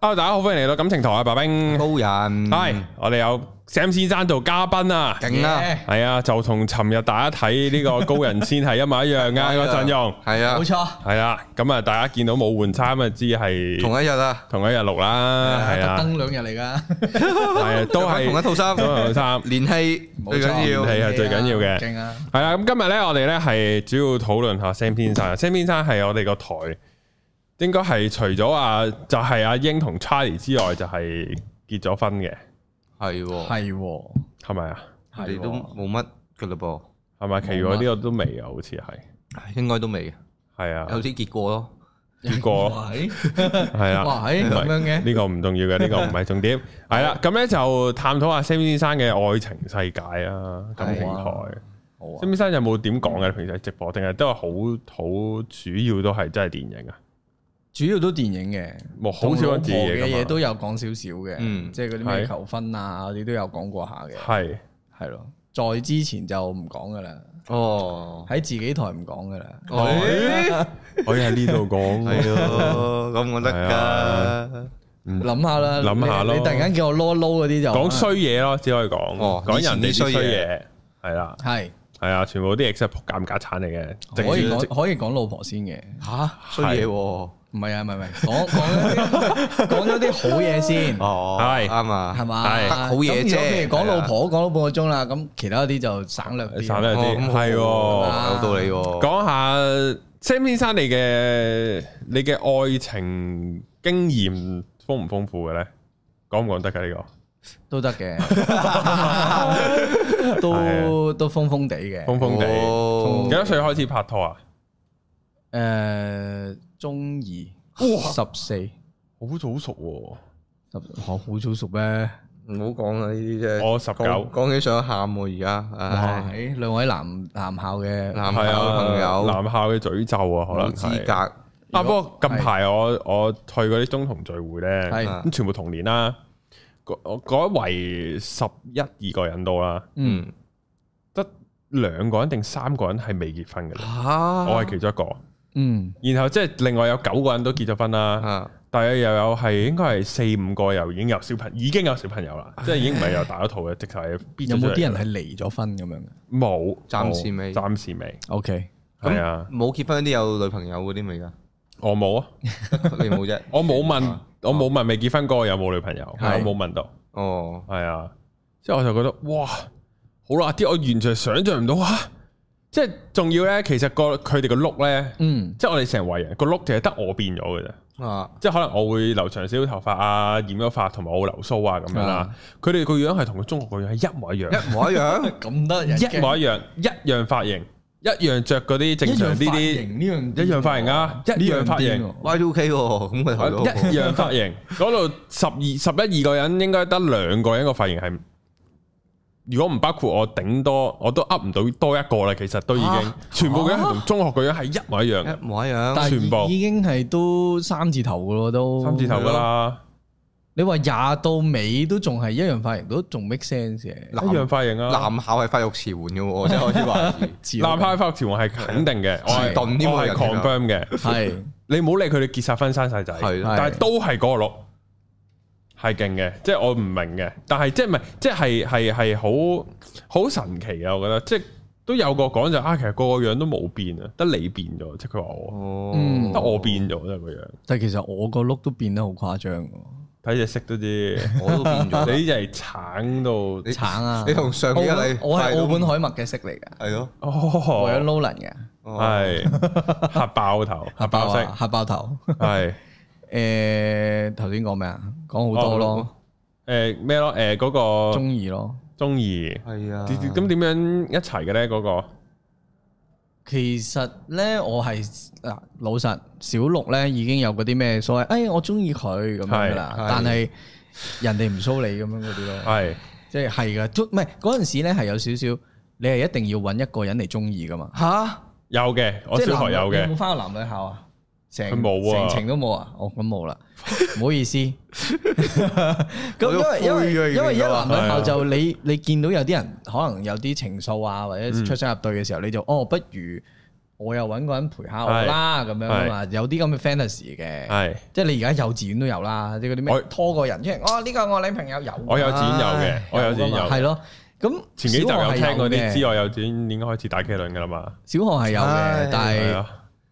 Hello，大家好，歡迎嚟到感情台啊，白冰。高人係，我哋有 Sam 先生做嘉賓啊。勁啦，係啊，就同尋日大家睇呢個高人先係一模一樣噶個陣容。 係啊冇，錯，係啦，咁啊，大家見到冇換衫啊，知係同一日啊，同一日錄啦，係特啊，登兩日嚟噶，係啊，都係 同一套衫，都係換衫。連戲最緊要冇錯係啊最緊要嘅勁啊！係啦，咁今日咧，我哋咧係主要討論下 Sam 先生。Sam 啊先生係我哋個台，應該係除咗啊，就係、阿英同 Charlie 之外，就係結咗婚嘅，係喎，啊係喎，係咪啊？我哋係都喎，冇乜噶嘞噃，係咪？其餘嗰啲我都未啊，好似係，應該都未，係啊有，啲結果咯，呢個喂係啊，喂咁樣嘅，呢個唔重要嘅，呢個唔係重點。係啦，咁咧就探討下 Sam 先生嘅愛情世界啊，感情台好。好啊 Sam 先生有冇點講嘅？平時喺直播定係都係好好主要都係真係電影啊？主要都電影嘅，冇好少講自己同老婆嘅嘢嘢㗎嘛都有講少少嘅，嗯即係嗰啲係咩求婚啊嗰啲都有講過下嘅，係。係咯。再之前就唔講噶啦，哦，喺自己台唔講噶啦。係哎可以喺呢度講，哦咯，咁我得係啊噶，諗下啦，諗下你咯你突然間叫我撈撈嗰啲就講衰嘢咯，只可以哦講講人哋啲衰以前啲衰嘢，係啦，係係啊，全部啲 ex 係仆尷家產嚟嘅，直可以接講可以講老婆先嘅，吓衰嘢喎，唔係啊，唔係唔係，講講講咗啲好嘢先。哦，係啱啊，係嘛？係得好嘢啫咁如果譬如講係啊老婆講咗半個鐘啦，咁其他啲就省略啲。省略哦啲，咁係喎啊有道理喎，講下 Sam 先生你嘅你嘅愛情經驗豐唔豐富嘅咧？講唔講得㗎呢 都得嘅，都都風風地個？嘅。風風地，哦幾多歲開始拍拖啊？誒，中二，十四，好早熟十好好早熟咩？唔好講啦呢啲啫，我19講講起想喊喎而家，哇！唉，誒兩位男男校嘅，男喎，係校朋啊，友男校嘅詛咒啊，可能冇資係格，啊！如不果過近排我我去嗰啲中同聚會咧，係咁全部同年啦，嗰我嗰一圍十一二個人到啦，Ừ. 嗯，得兩個人定三個人係未結婚嘅啫，吓，我係其中一個。嗯，然後即係另外有九個人都結咗婚啦，啊，但係又有係應該係四五個又已經有小朋已經有小朋友啦，即係已經唔係又大咗肚嘅，直頭係必有冇啲人係離咗婚咁樣嘅冇？暫時冇未暫時未， ？OK，係啊，冇結婚嗰啲有女朋友嗰啲未㗎？我冇啊，你冇啫。我冇問，我冇問未結婚嗰個有冇女朋友，我啊啊係冇問到。哦，系啊，即系我就覺得哇，好辣啲，我完全想象唔到啊！即係仲要咧，其實個佢哋個碌咧，嗯，即係我哋成圍人個碌就係得我變咗嘅啫，啊，即係可能我會留長少少頭髮啊，染咗髮同埋我會留鬚啊咁樣啦啊。佢哋個樣係同佢中學個樣係一模一樣，一模一樣， 咁得人一模一樣，一樣髮型，一樣着嗰啲正常呢啲，呢樣一樣髮型啊，一樣髮型。 Y two K 喎，咁佢頭腦一樣髮型，嗰度十二十一二個人應該得兩個人個髮型係，如果唔包括我，頂多我都噏唔到多一個啦。其實都已經啊全部嘅人係同中學個樣係一模一樣嘅，一模一樣，但係全部已經係都三字頭噶咯，都三字頭噶啦，你話廿到尾都仲係一樣髮型，都仲 make sense 嘅。一樣髮型啊。男校係發育遲緩嘅喎，我真係開始懷疑。男派髮條我係肯定嘅，我遲鈍係添喎我係人哋 confirm 嘅。係你唔好理佢哋結晒婚生晒仔，係啦但係都係嗰個碌，係勁嘅。即係我唔明嘅，但係即係唔係即係係係好好神奇啊！我覺得即係都有個講就啊，其實個個樣都冇變啊，得你變咗，即係佢話我，哦，嗯得我變咗啫個樣，但係其實我個 look 都變得好誇張喎，睇隻色都知。 我都變你咗。呢隻係橙到橙啊！你同上幾日澳你我係澳本海默嘅色嚟㗎，係咯，我有哦，撈能嘅，啊係嚇爆頭，嚇爆色，啊，黑爆頭。 係誒頭先講咩啊？講好多哦咯，誒咩咯？誒嗰個中意咯。中意，係啊，咁點樣一齊嘅咧？嗰個其實咧，我係嗱老實，小六咧已經有嗰啲咩所謂，哎我中意佢咁樣噶啦，係係啊但係人哋唔騷你咁樣嗰啲咯。係即係係噶，都唔係嗰陣時咧係有少少，你係一定要揾一個人嚟中意噶嘛。嚇，有嘅，我即係小學男有你嘅有。冇翻過男女校啊？成佢冇啊成程都冇啊！哦，咁 冇啦，唔好意思。咁我都灰因為因咗啊已經為因為一係嘛男女校就你啊嗯你見到有啲人可能有啲情愫啊，或者出雙入對嘅時候，你就哦不如。我又揾個人陪下我啦，咁樣噶嘛，有啲咁嘅 fantasy 嘅，係即係你而家幼稚園都有啦，即係嗰啲我咩拖個人出嚟，哦呢個我女朋友有㗎，我幼稚園有嘅我幼稚園有嘅係咯，咁前幾集有聽嗰啲，小學係有嘅知我有錢已經開始打茄輪噶啦嘛，小學係有嘅唉，但係係啊，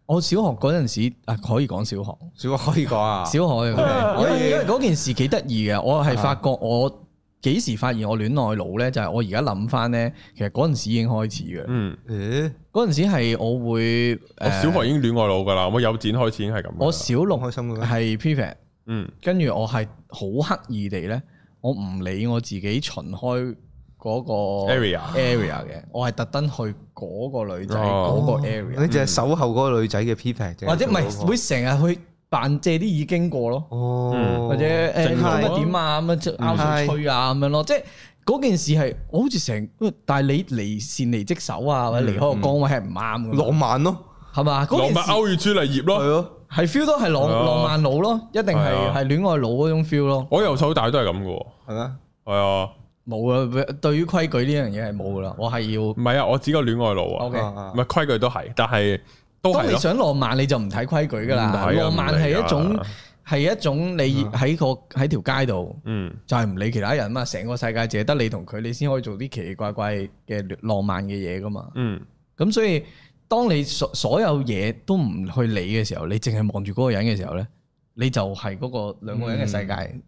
我小學嗰陣時啊，可以講小學，小學可以講啊，小學可以講，因可為以因為嗰件事幾得意嘅，我係發覺我幾時發現我戀愛腦咧，就係我而家諗翻咧，其實嗰陣時已經開始嘅，嗯，誒，嗰陣時係我會我小學已經戀愛腦噶啦，我幼稚園開始已經係咁㗎啦，我小六咁開心嘅咩係 prefect。嗯跟住我係好刻意地咧，我唔理我自己巡開嗰個 Area area 嘅，我係特登去嗰個女仔哦嗰個 area，Ờ, 你就係守候嗰個女仔嘅 P P 啫，或者唔係會成日去扮借啲耳經過咯，哦，或者誒正路啊乜點啊咁樣即係拗水吹啊咁樣咯，即係。嗰件事係我好似成，但係你離善離職守啊，或者離開個崗位係唔啱嘅，浪漫咯，係嘛？嗰浪件漫事歐與朱麗葉係咯，咯，係 feel 到係浪係啊浪漫佬咯，一係定係啊係戀愛佬嗰種 feel 咯。我由細到大都係咁嘅喎，係咩？係啊，冇啊！對於規矩呢樣嘢係冇噶啦，我係要唔係啊，我只個戀愛腦啊， OK 唔係規矩都係，但係都當係你咯，想浪漫你就唔睇規矩唔睇噶啦，啊浪漫係一唔種理啊係一種你喺個喺條街度嗯就係唔理其他人嘛，成個世界淨係得你同佢，你先可以做啲奇奇怪怪嘅浪漫嘅嘢噶嘛。嗯咁所以當你所所有嘢都唔去理嘅時候，你淨係望住嗰個人嘅時候咧，你就係嗰個兩個人嘅世界。嗯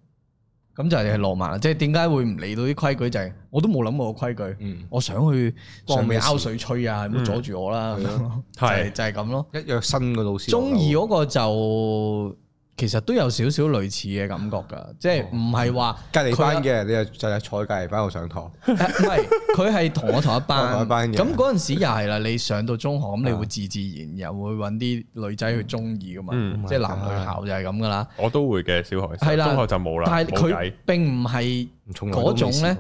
咁就係浪漫啦，即係點解會唔理到啲規矩？就係、我都冇諗過個規矩，嗯我想去關上面咩事拗水吹啊，唔好阻住我啦，嗯係咯 就係係就係咁咯。一約新嘅老師，中意嗰個就其實都有少少類似嘅感覺㗎，即係唔係話隔離班啊嘅，你就就係坐喺隔離班度上堂，誒唔係佢係同我同一同班一班嘅啊咁嗰陣時又係啦，你上到中學咁，你會自自然又會揾啲女仔去中意㗎嘛，嗯即係男女校就係咁㗎啦。我都會嘅，小學係啦中學就冇啦，但係冇佢計，並唔係從來都嗰未種試過咧，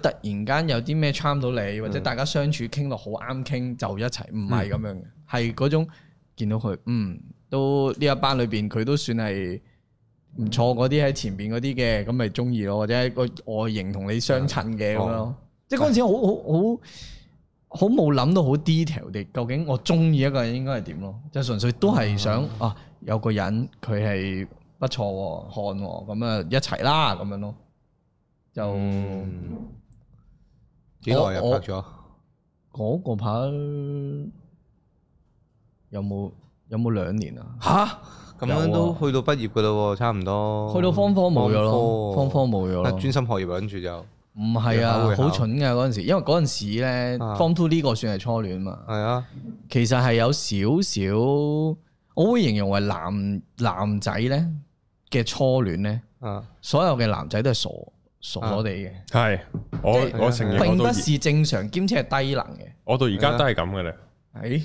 佢突然間有啲咩 charm 到你，或者大家相處傾落好啱傾就一齊，唔係咁樣嘅，係嗰種見到佢，嗯，都呢一班裏邊佢都算係唔錯嗰啲喺前邊嗰啲嘅，咁咪中意咯，或者個外形同你相襯嘅咁樣咯，即係嗰陣時好好好。好冇諗到好 detail 地，究竟我中意一個人應該係點咯？就純粹都係想啊，有個人佢係不錯喎，看喎，咁啊一齊啦咁樣咯。就嗰、嗯，幾耐啊我拍咗？個牌有冇有冇兩年啊？吓，咁樣有都啊去到畢業噶咯喎，差唔多。去到方科冇咗咯，方方科冇咗啊專心咯。學業跟住就唔係啊會，考好蠢㗎嗰陣時，因為嗰陣時咧啊 form two 呢個算係初戀嘛，係啊，其實係有少少，我會形容為男男仔咧嘅初戀咧，啊所有嘅男仔都係傻傻咗地嘅，係即我係我承認並我不到而是正常，兼且係低能嘅，我到而家都係咁嘅咧，係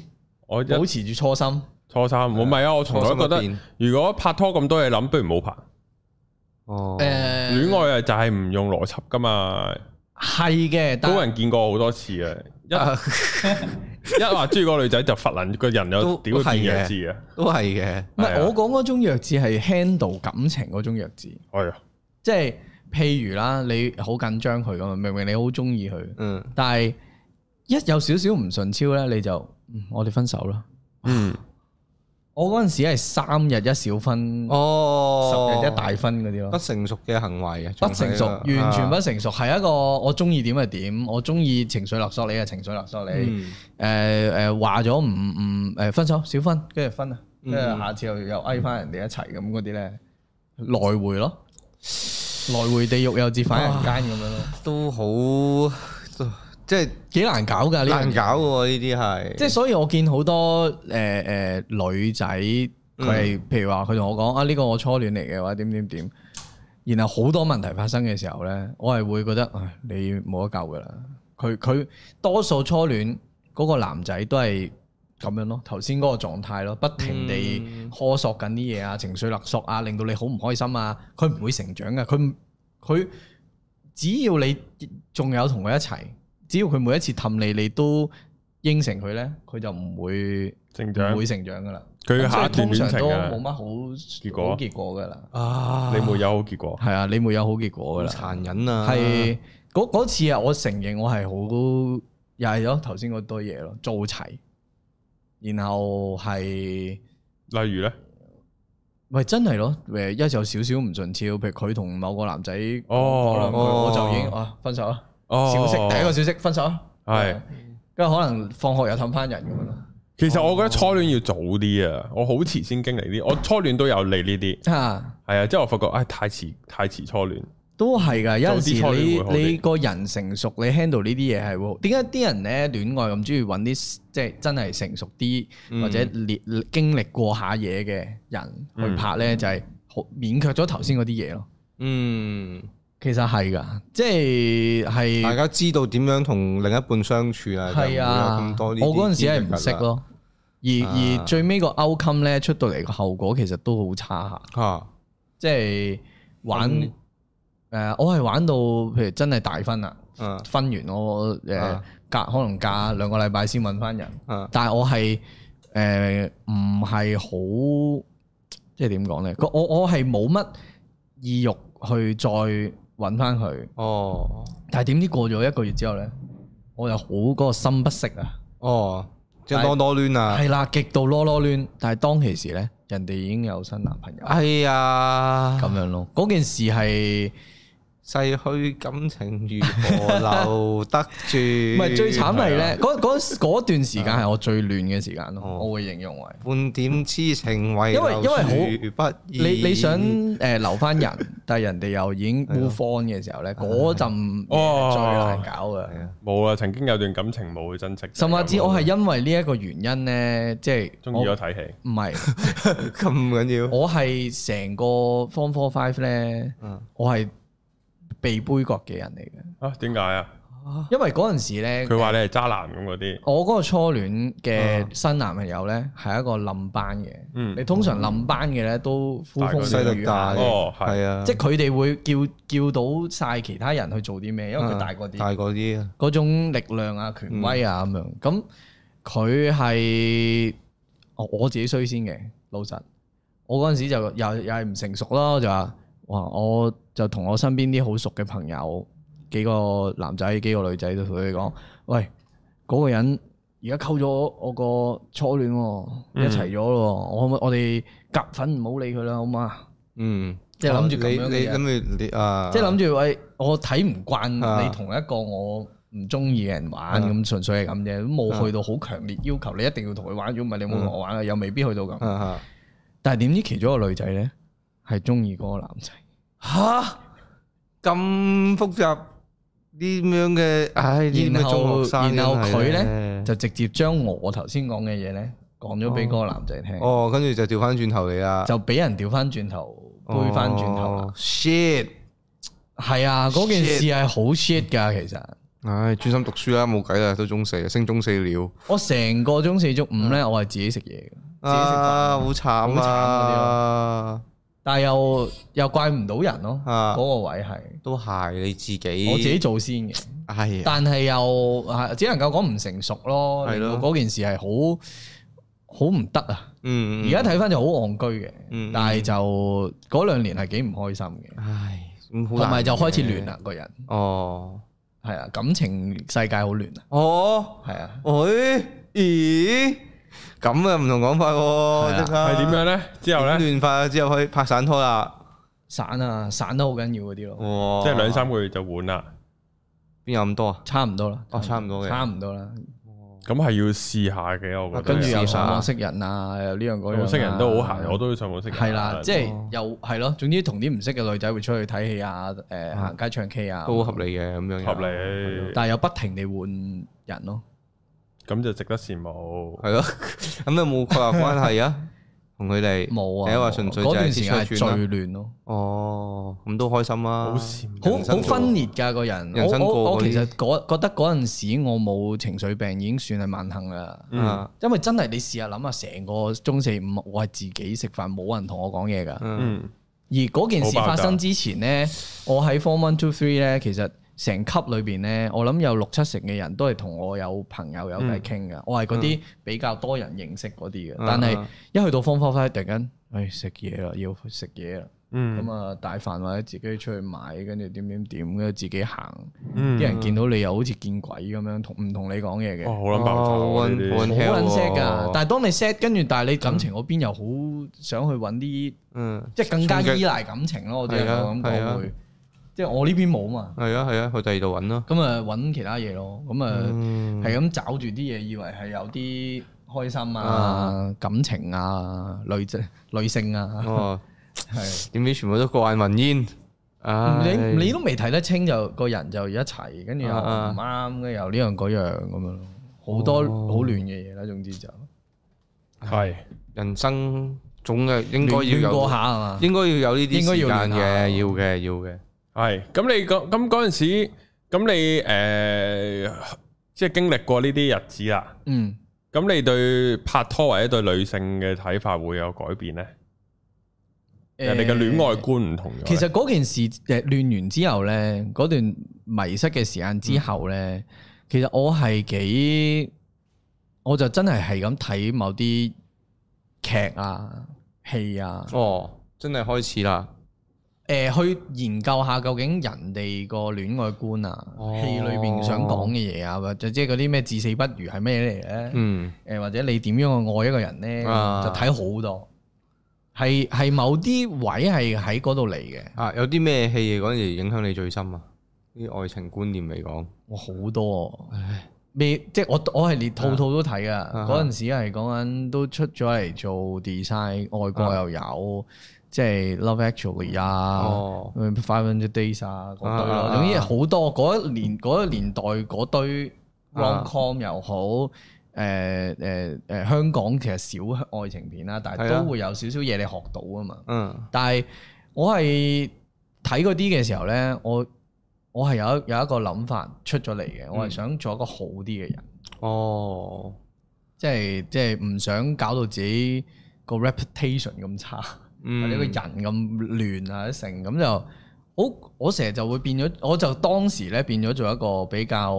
我一哦保持住初心。初三，我唔係啊，我從來覺初三入得邊如果拍拖咁多嘢諗，不如唔好拍。哦，誒戀愛啊，就係唔用邏輯噶嘛，係嘅，但高係人見過好多次啊，一 一話中意個女仔就罰撚個人有都屌佢變都係弱嘅智啊，都係嘅，唔係啊係我講嗰種弱智係 handle 感情嗰種弱智，係啊，即係譬如啦，你好緊張佢咁啊，明明你好中意佢，嗯，但係一有少少唔順超咧，你就、嗯我哋分手啦。嗯，我嗰陣時係三日一小分，哦，十日一大分嗰啲不咯，成熟嘅行為啊，不成熟，仲係啊完全不成熟，係一個我中意點就點，我中意情緒勒索你就情緒勒索你。嗯誒誒呃話咗唔唔誒分手少分，跟住分啊，跟住嗯下次又又嗌翻人哋一齊咁嗰啲咧，來回咯，啊來回地獄又折返人間咁樣咯，都好，都即係幾難搞㗎呢樣難嘢。搞嘅喎，呢啲係即係所以我見好多誒誒、呃女仔，佢嗯係譬如話佢同我講啊呢、個我初戀嚟嘅，或者點點點，然後好多問題發生嘅時候咧，我係會覺得唉你冇得救㗎啦。佢佢多數初戀嗰個男仔都係咁樣咯，頭先嗰個狀態咯，不停地嗯苛索緊啲嘢啊，情緒勒索啊，令到你好唔開心啊，佢唔會成長㗎，佢唔佢只要你仲有同佢一齊，只要佢每一次氹你，你都應承佢咧，佢就唔會成長唔會成長噶啦。佢下一咁所以段通戀常情都啊冇，乜好結結果好結果噶啦。啊，你會有好結果，係啊，你會有好結果好噶啦。殘忍啊，係嗰嗰次啊，我承認我係好又係咯頭先嗰堆嘢咯，做齊然後係例如咧，喂真係咯，誒一有少少唔順超，譬如佢同某個男仔講哦講兩句，哦我就已經啊分手啦，哦小息第一個小息分手啦，啊係，跟住可能放學又氹翻人咁樣咯，其實我覺得初戀要早啲啊，我好遲先經歷呢啲，我初戀都有嚟呢啲，嚇。係啊，即係我發覺，唉，太遲太遲初戀，都係噶，有陣時早啲初戀會好你啲你個人成熟，你 handle 呢啲嘢係會好。點解啲人咧戀愛咁中意揾啲即係真係成熟啲或者歷經歷過下嘢嘅人去拍咧？就係好免卻咗頭先嗰啲嘢咯。嗯，其實係噶，即係大係家知道點樣同另一半相處啊，就唔會係有啊咁！多呢啲我嗰陣時係唔識經歷啦，咯，而而最尾個 outcome 咧出到嚟個後果其實都好差下。嚇即係玩誒、呃我係玩到譬如真係大分啦，嗯分完我誒、呃啊隔可能隔兩個禮拜先揾翻人，啊但係我係誒唔係好即係點講咧？個我我係冇乜意欲去再揾翻佢，哦但係點知過咗一個月之後咧，我又好嗰個心不適啊！哦，即係但係囉囉攣啊！係啦，極度囉囉攣，但係當其時咧，人哋已經有新男朋友哎呀，咁樣咯。嗰件事係。啊逝去感情如何留得住？ 唔唔係最慘係咧，嗰嗰嗰段時間係我最亂嘅時間啊哦咯，我會形容為半點痴情為因為因為為好不易你你想誒留翻人， 但係人哋又已經 move on 嘅時候咧，嗰陣哦嘢最難搞嘅。冇啊，曾啊經有段感情冇珍惜，甚至我係因為呢一個原因咧，即係中意我咗睇戲，唔係咁緊要，我係成個 Form Four Five 咧嗯，我係被杯葛嘅人嚟嘅，啊，點解啊？因為嗰陣時咧，佢話你係渣男咁嗰啲，我嗰個初戀嘅新男朋友咧，係一個冧班嘅。嗯你通常冧班嘅咧都呼風勢喚雨力大下嘅，哦係係啊，即係佢哋會叫叫到晒其他人去做啲咩，因為佢大個啲，大個啲啊，嗰種力量啊、權威啊咁樣。咁佢係我我自己衰先嘅，老實。我嗰陣時就又又係唔成熟咯，就話哇，我就同我身邊啲好熟嘅朋友，幾個男仔、幾個女仔都同佢講，喂，嗰、個人而家溝咗我個初戀喎，一齊咗咯，我可唔可我哋夾粉唔好理佢啦，好嘛？嗯，即係諗住咁你樣嘅你嘢諗住你啊，即係諗住喂，我睇唔啊慣你同一個我唔中意嘅人玩，啊咁純粹係咁啫，咁冇去到好強烈要求你一定要同佢玩，如果唔係嗯你冇同我玩啊，又未必去到咁。啊但係點知其中一個女仔咧係中意嗰個男仔，嚇咁複雜呢咁樣嘅，唉，呢啲咁嘅然中後學生然後真係佢咧就直接將我頭先講嘅嘢咧講咗俾嗰個男仔聽，哦，跟住就調翻轉頭你啦，就俾人調翻轉頭，背翻轉頭啦哦。，shit，係啊，嗰件事係好 shit 㗎，其實。唉，專心讀書啦，冇計啦，都中四啦，升中四了。我成個中四中五啊咧，我係自己食嘢嘅，自己食飯。啊，好慘啊！但係又又怪唔到人咯，啊嗰個位係都係你自己，我自己做先嘅，係啊，但係又啊只能夠講唔成熟咯，係咯令到嗰件事係好好唔得啊！嗯，而家睇翻就好戇居嘅，嗯但係就嗰兩年係幾唔開心嘅，唉，咁好難同埋就開始亂嘅。啦個人，哦，係啊感情世界好亂啊，哦，係啊，喂，咦，咁啊唔同講法係喎，啊即刻係點樣咧？之後咧，亂法之後可以拍散拖啦，散啊散得好緊要嗰啲咯，哇！即係兩三個月就換啦，邊有咁多啊？差唔多啦，哦差唔多嘅差唔多啦，咁係要試下嘅，我覺得。啊跟住又試下上網識人啊，又呢樣嗰樣我啊，識人都好閒，我都上網識人。啊係啦，即哦係又係咯，總之同啲唔識嘅女仔會出去睇戲啊，誒行街唱 K 啊，都合，理嘅咁樣，合，理，但係又啊不停地換人咯。咁就值得羨慕。啊係咯。 咁有冇確立關係 啊？同佢哋冇啊，你話純粹就嗰係段時間係切最磋鑽啦亂咯，啊哦，咁都開心啊！好羨慕好人生過好分裂㗎個人。人生我我過我嗰啲其實嗰覺得嗰陣時我冇情緒病已經算係萬幸啦，啊，因為真係你試下諗下，成個中四五我係自己食飯，冇人同我講嘢㗎。嗯，嗯，而嗰件事好爆炸發生之前呢，我喺 Form One Two Three 咧，其實成級裏邊呢，我諗有六七成嘅人都係同我有朋友有偈傾嘅，我係嗰啲比較多人認識嗰啲嘅。嗯哎但係一去到 Form Four Five，突然間，唉食嘢啦，要食嘢啦，嗯咁啊帶飯或者自己出去買，跟住點點點，跟住自己行，嗯啲人見到你又好似見鬼咁樣，同唔同你講嘢嘅哦，。好撚爆頭哦啊呢啲好好撚撚 hell sad 喎噶，但係當你 sad，跟住但係你感情嗰邊又好想去揾啲嗯，即係更加衝擊依賴感情咯，我只能夠咁係啊係啊講會，即係我呢邊冇嘛，係啊係啊，去第二度揾咯。咁啊揾其他嘢咯，咁啊嗯，係咁找住啲嘢，以為係有啲開心啊啊、感情啊、女仔女性啊，哦，係點知全部都過眼雲煙。啊，你你都未睇得清就個人就一齊，跟住又唔啊啱，跟住又呢樣嗰樣咁樣咯，好多哦好亂嘅嘢啦，總之就係人生總嘅應該要亂亂過有，下係嘛，應該要有呢啲應該時要間練下嘅，要嘅要嘅。係咁你嗰咁嗰阵时，咁你诶、呃即係經歷過呢啲日子啦。嗯。咁你對拍拖或者對女性嘅睇法會有改變呢？人哋嘅戀愛觀唔同咗。其實嗰件事誒亂完之後咧，嗰段迷失嘅時間之後咧，嗯其實我係幾，我就真係係咁睇某啲劇啊、戲啊，哦，真係開始啦。誒、去研究下究竟人哋個戀愛觀啊、哦戲裏邊想講嘅嘢啊，或者即係嗰啲咩至死不渝係咩嚟咧？嗯，誒或者你點樣去愛一個人咧，啊就睇好多，係係某啲位係喺嗰度嚟嘅。啊，有啲咩戲嗰陣時影響你最深啊？啲愛情觀念嚟講，哇，好多啊未即係我我係連套套都睇啊！啊嗰陣時係講緊都出咗嚟做 design，外啊國又有，即係 Love Actually 啊哦， ，Five Hundred Days 啊嗰堆啊咯，啊總之啊好多嗰一年嗰一年代嗰堆啊 rom com 又好，誒誒誒香港其實少愛情片啦，但係係啊都會有少少嘢你學到啊嘛。嗯，但係我係睇嗰啲嘅時候咧，我我係有一有一個諗法出咗嚟嘅，我係想做一個好啲嘅人，哦，即係即係唔想搞到自己個 reputation 咁差，嗯或啊者個人咁亂啊成咁就我我成日就會變咗，我就當時咧變咗做一個比較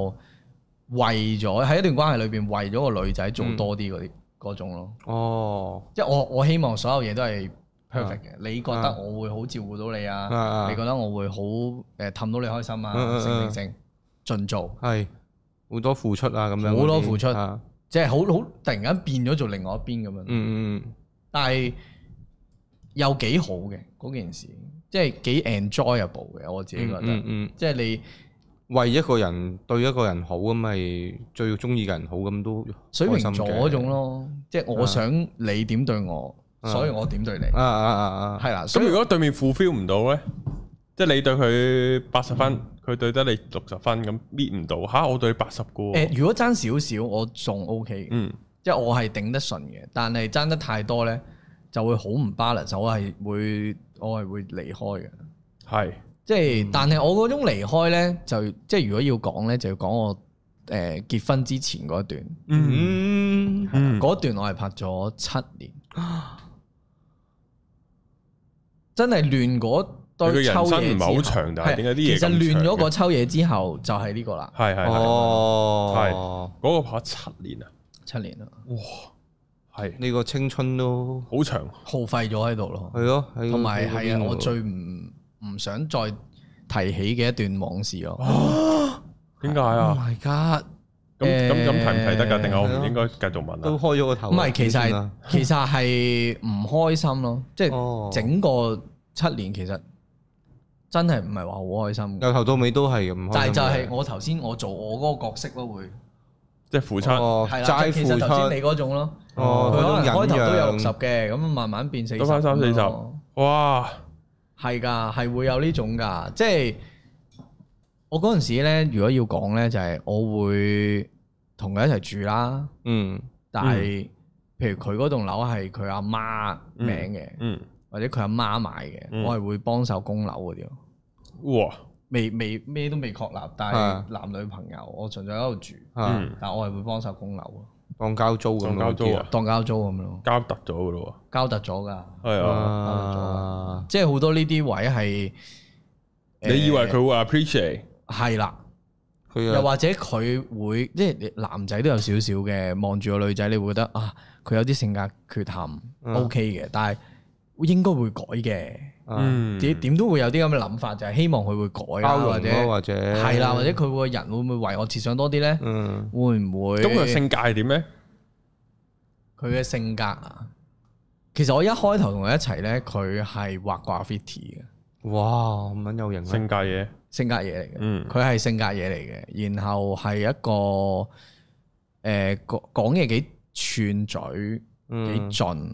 為咗喺一段關係裏邊為咗個女仔做多啲嗰啲嗰種咯。哦，即係我我希望所有嘢都係 perfect 嘅。你覺得我會好照顧到你啊啊？啊你覺得我會好誒氹到你開心嗯啊？嗯成嗯成成，盡做，係好多付出啊，咁樣好多嗰啲付出啊即係好好突然間變咗做另外一邊咁樣，嗯嗯但係又幾好嘅嗰件事，即係幾 enjoyable 嘅，我自己嗯，覺得嗯。嗯，即係你，為一個人對一個人好咁，咪最中意嘅人好咁都水瓶座嗰種咯，咯，即係我想你點對我，啊所以我點對你，啊啊啊啊，係啦。所咁以如果對面 fulfill 唔到咧，即係你對佢八十分，佢對得你六十分，咁搣唔到吓，我對你八十個喎，誒，呃如果爭少少，我仲 OK 嘅。嗯即係我係頂得順嘅，但係爭得太多咧，就會好唔 balance，我係會我係會離開嘅。係嗯即係，但係我嗰種離開咧，就即係如果要講咧，就要講我誒、呃、結婚之前嗰一段，嗯嗯，嗯嗰、段我係拍咗七年， 真係亂嗰佢嘅堆人抽生嘢唔係好之後長但係啊點解啲嘢其實咁亂長咗嘅嗰抽嘢之後就係呢個啦，係係係，哦，係嗰個拍七年啊，七年啦，係呢個青春都好長，耗費咗喺度咯。嗯係咯，喺同埋係啊，嗰邊我最唔唔想再提起嘅一段往事咯。啊 Oh 點解啊？ my god！咁咁咁提唔提得㗎？誒定係我唔係咯應該繼續問都啊？開咗個頭，唔係，點其實算係啊其實係唔開心咯，即哦係整個七年其實真係唔係話好開心嘅，由頭到尾都係咁開心嘅，但係就係我頭先我做我嗰個角色咯，會即係付出，哦，係啦，即齋係其付實頭先出，你嗰種咯，哦佢可能開頭嗰種都忍有讓六十嘅，咁慢慢變四十，得返三四十哇！係㗎，係會有呢種㗎，即係我嗰陣時咧，如果要講咧，就係、我會同佢一齊住啦，嗯但係、譬如佢嗰棟樓係佢阿媽名嘅，嗯，或者佢阿媽買嘅，嗯我係會幫手供樓嗰啲咯，哇，未未咩都未確立，但啊係男女朋友，我純粹喺度住，啊，嗯，但我係會幫手供樓咯，當交租咁當樣交租啊，當交租咁咯，交突咗㗎咯交突咗㗎，喎，係嗰啲啊，啊，即係好多呢啲位係你以為佢會 appreciate？呃係啦。佢又又或者佢會即係男仔都有少少嘅，望住個女仔，你會覺得啊，佢有啲性格缺陷嗯，OK 嘅，但係應該會改嘅，啊嗯，點點都會有啲咁嘅諗法，就係希望佢會改包啊，容或者咯，或者係啦，或者佢個人會唔會為我設想多啲咧？嗯會唔會咁佢性格係點咧？佢嘅性格啊？其實我一開頭同佢一齊咧，佢係畫 graffiti 嘅哇咁撚有型啊！性格嘢，性格嘢嚟嘅。嗯佢係性格嘢嚟嘅，然後係一個誒講講嘢幾串嘴，幾嗯盡，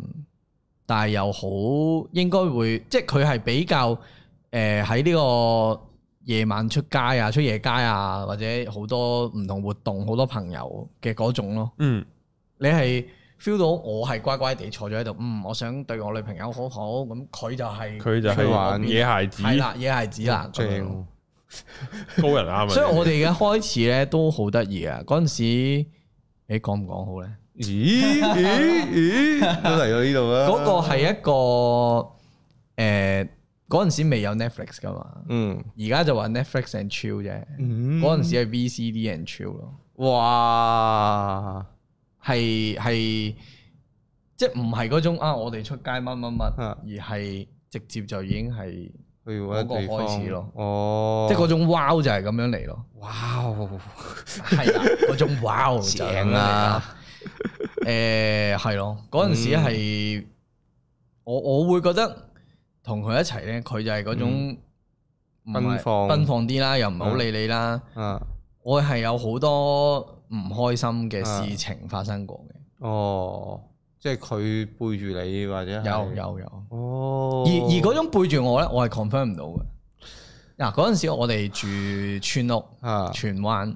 但係又好應該會，即係佢係比較誒喺呢個夜晚出街啊、出夜街啊，或者好多唔同活動、好多朋友嘅嗰種咯。嗯你係 feel 到我係乖乖地坐咗喺度，嗯，我想對我女朋友好好，咁佢就係佢就佢係玩野孩子，係啦，野孩子啦，咁樣咯正高人啱啊！所以我哋嘅開始咧都好得意啊！嗰陣時，你講唔講好咧？咦咦咦都嚟到呢度啦！嗰個係一個誒，嗰陣時未有 Netflix 噶嘛，嗯而家就話 Netflix and chill 啫。嗯嗰陣時係 VCD and chill 咯，哇係係即係唔係嗰種啊，我哋出街乜乜乜，啊而係直接就已經係去嗰個地嗰個方開始咯哦，即係嗰種 wow 就係咁樣嚟咯。 哇哦係 啦，嗰種 wow 就係咁樣嚟正啊啦！誒係咯，嗰陣時係我我會覺得同佢一齊咧，佢就係嗰種唔係奔放嗯奔放嗯啲啦，又唔係好理你啦。啊我係有好多唔開心嘅事情發生過嘅，哦，即係佢背住你或者係有有有。哦，而而嗰種背住我咧，我係 confirm 唔到嘅。嗱嗰陣時我哋住村屋。啊荃灣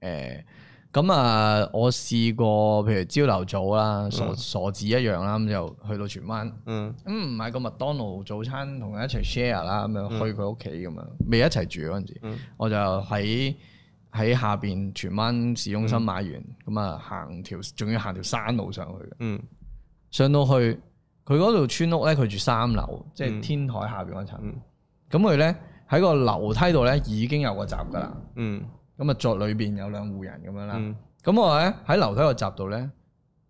誒咁啊，我試過譬如朝頭早啦，傻傻子一樣啦，咁就去到荃灣，嗯嗯買個麥當勞早餐同佢一齊 share 啦，咁樣去佢屋企咁樣，未一齊住嗰陣時，嗯我就喺喺下邊荃灣市中心買完，咁啊行條仲要行條山路上去嘅，嗯上到去佢嗰度村屋咧，佢住三樓，即係天台下邊嗰層嗯，咁佢咧喺個樓梯度咧已經有個閘㗎啦。嗯咁啊，作裏邊有兩户人咁樣啦。嗯咁、我咧喺樓梯個閘度咧，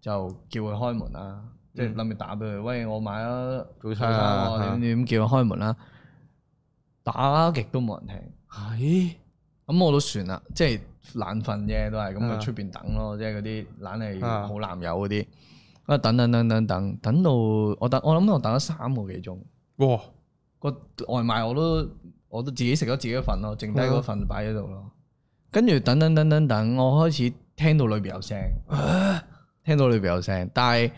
就叫佢開門啦，即係諗住打俾佢，喂，我買咗早餐嗯啊早啊餐喎點點叫佢開門啦，打極都冇人聽。係咁我都算啦，即係懶瞓啫，都係咁啊喺出邊等咯，即係嗰啲懶係啊好男友嗰啲。咁啊等等等等等，等到我等我諗我等咗三個幾鐘，哇，個外賣我都我都自己食咗自己份咯，剩低嗰份擺喺度咯。跟住等等等等等，我開始聽到裏邊有聲，啊聽到裏邊有聲，但係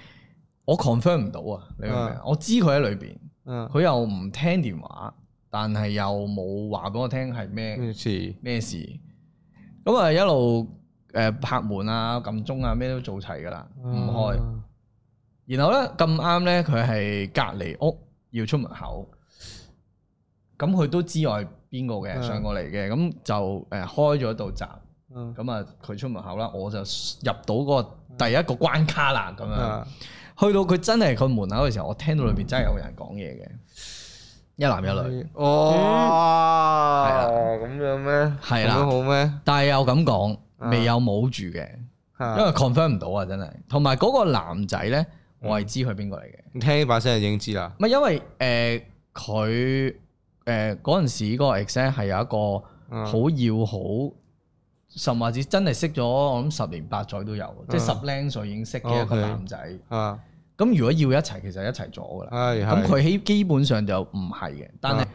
我 confirm 唔到啊！你明唔明啊？我知佢喺裏邊，嗯佢又唔聽電話，但係又冇話俾我聽係咩咩事咩事。咁啊一路誒拍門啊、撳鐘啊，咩都做齊噶啦，唔開。然後咧咁啱咧，佢係隔離屋要出門口，咁佢都知我係邊個嘅嗯上過嚟嘅，咁就誒呃開咗道閘，嗯咁啊佢出門口啦，我就入到嗰個第一個關卡啦，咁樣啊去到佢真係佢門口嘅時候，我聽到裏邊真係有人講嘢嘅，一男啊一嗯女，嗯哦係啦咁樣咩係啦咁樣好咩但係又咁講，嗯未有冇住嘅，因為嚇 confirm 唔到啊，真係。同埋嗰個男仔咧，我係知佢邊個嚟嘅。你聽呢把聲就已經知啦唔係因為誒佢誒嗰陣時嗰個 exam 係有一個嗯好要好，甚或至真係識咗我諗十年八載都有，即係十零歲已經識嘅一個嗯哦 OK 男仔。啊咁如果要一齊，其實一齊咗㗎啦。係係咁啊佢基基本上就唔係嘅，但嗯係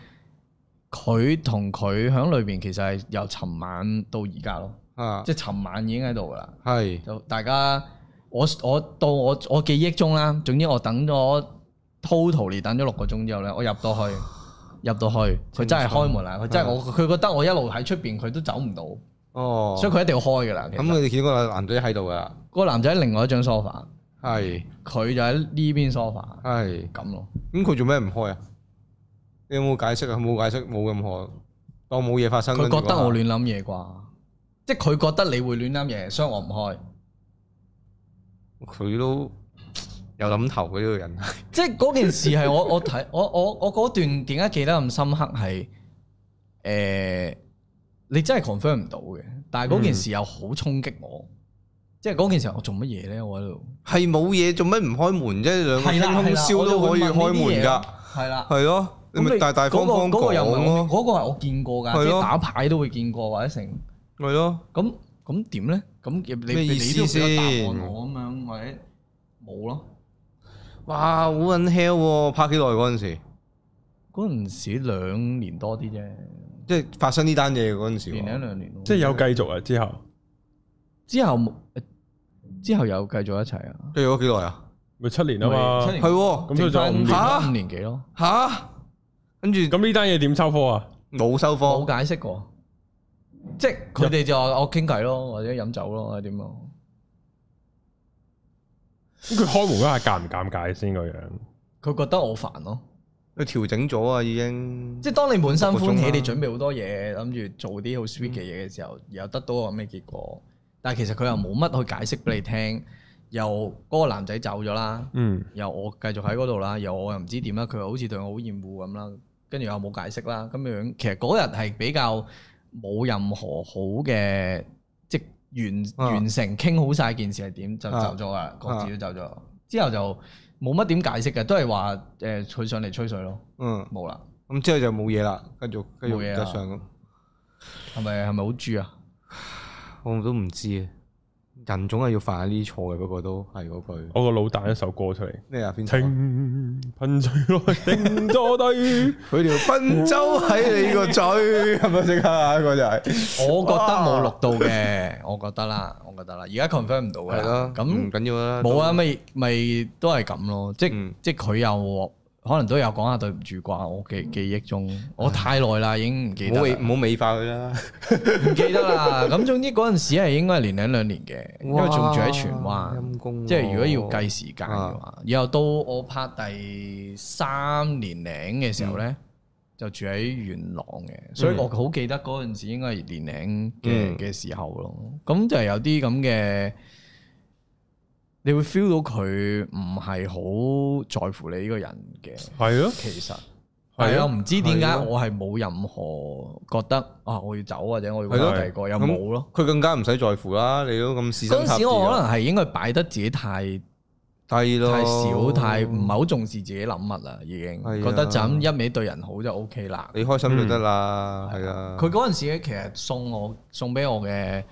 佢同佢喺裏邊其實係由尋晚到而家咯，啊即係尋晚已經喺度㗎啦。係就大家我我到我我記憶中啦，總之我等咗 totally 等咗六個鐘之後咧，我入到 去入到去，佢真係開門啊嗯啦，佢真係我佢覺得我一路喺出邊佢都走唔到，哦所以佢一定要開噶啦。咁咁佢哋見到個男仔喺度噶啦嗰個男仔喺另外一張 sofa，係佢就喺呢邊 sofa 係咁咯。咁佢做咩唔開啊？你有冇解釋啊？冇解釋，冇任何當冇嘢發生。佢覺得我跟住亂諗嘢啩，即係佢覺得你會亂諗嘢，所以我唔開。話佢都有諗頭嘅呢個 人。即係嗰件事係我我睇我我我嗰段點解記得咁深刻係誒、呃你真係 confirm 唔到嘅，但係嗰件事又好衝擊我，嗯即係嗰件事我做乜嘢咧？我喺度係冇嘢，做咩唔開門啫？兩個係清啦空係啦燒都可以開門㗎，係啦，係咯。你咪大大方嗰方個嗰個又唔講係咯我見，嗰個係我見過㗎，係即咯係打牌都會見過或者成。係咯，咁咁點咧？咁你咩你意你思都俾先個答案我咁樣，或者冇咯？哇，好撚 hell 喎！拍幾耐嗰陣時，嗰陣時兩年多啲啫，即係發生呢單嘢嗰陣時年喎，零兩年咯。即係有繼續啊之後，之後冇之後又繼續一齊啊，即係咗幾耐啊？咪七年啊嘛七。年係喎，咁所以就剩返五年啦五年幾咯，吓？跟住咁呢單嘢點收科啊？冇收冇科，解釋過。即係佢哋就話我傾偈咯，或者飲酒咯，或者點啊咯。咁佢開門嗰下尷唔尷尬先個樣？佢覺得我煩咯。佢調整咗啊，已經即係當你滿心歡喜，六個鐘啦你準備好多嘢，諗住做啲好 sweet 嘅嘢嘅時候，又得到個咩結果？但係其實佢又冇乜去解釋俾你聽，又嗰個男仔走咗啦，嗯，又我繼續喺嗰度啦，又我又唔知點啦，佢又好似對我好厭惡咁啦，跟住又冇解釋啦，咁樣其實嗰日係比較冇任何好嘅，即係完啊完成傾好晒件事係點就啊走咗啦，各自都走咗，之後就冇乜點解釋嘅，都係話誒佢上嚟吹水咯，嗯，冇啦。咁之後就冇嘢啦，繼續繼續冇嘢啊唔得啦上咁，係咪係咪好豬啊？我都唔知啊。人總係要犯呢啲錯嘅，不過都係嗰句我個老彈一首歌出嚟，咩啊？邊度啊情噴醉 落定咗低，佢條賓州喺你個 嘴，係咪即刻啊？嗰個就係我覺得冇錄到嘅，我覺得啦，我覺得啦，而家 confirm 唔到㗎係咯嗯啦。，唔咁緊要啦，冇啊，咪咪都係咁咯，即嗯即佢又可能都有講下對唔住啩，我記記憶中，我太耐啦，已經唔記唔好得美啦，唔好美化佢啦。唔記得啦。 咁總之嗰陣時係應該係年零兩年嘅，因為仲住喺荃哇灣。陰公喎即係如果要計時間嘅話，以後到我拍第三年零嘅時候咧，就住喺元朗嘅，所以我好記得嗰陣時應該係年零嘅嗯嘅時候咯。咁就係有啲咁嘅，你會 feel 到佢唔係好在乎你呢個人嘅。係咯，其實係係啊啊，唔知點係解啊我係冇任何覺得啊，我要走或者我要係咯揾第二個，又冇咯。佢更加唔使在乎啦。你都咁試嗰身陣時時我可能係應該擺得自己太低咯，太少，太唔係好重視自己諗乜啦，已經係啊覺得就咁一味對人好就 O K 啦。你開心就得啦，係啊。嗯佢嗰陣時其實送我送俾我嘅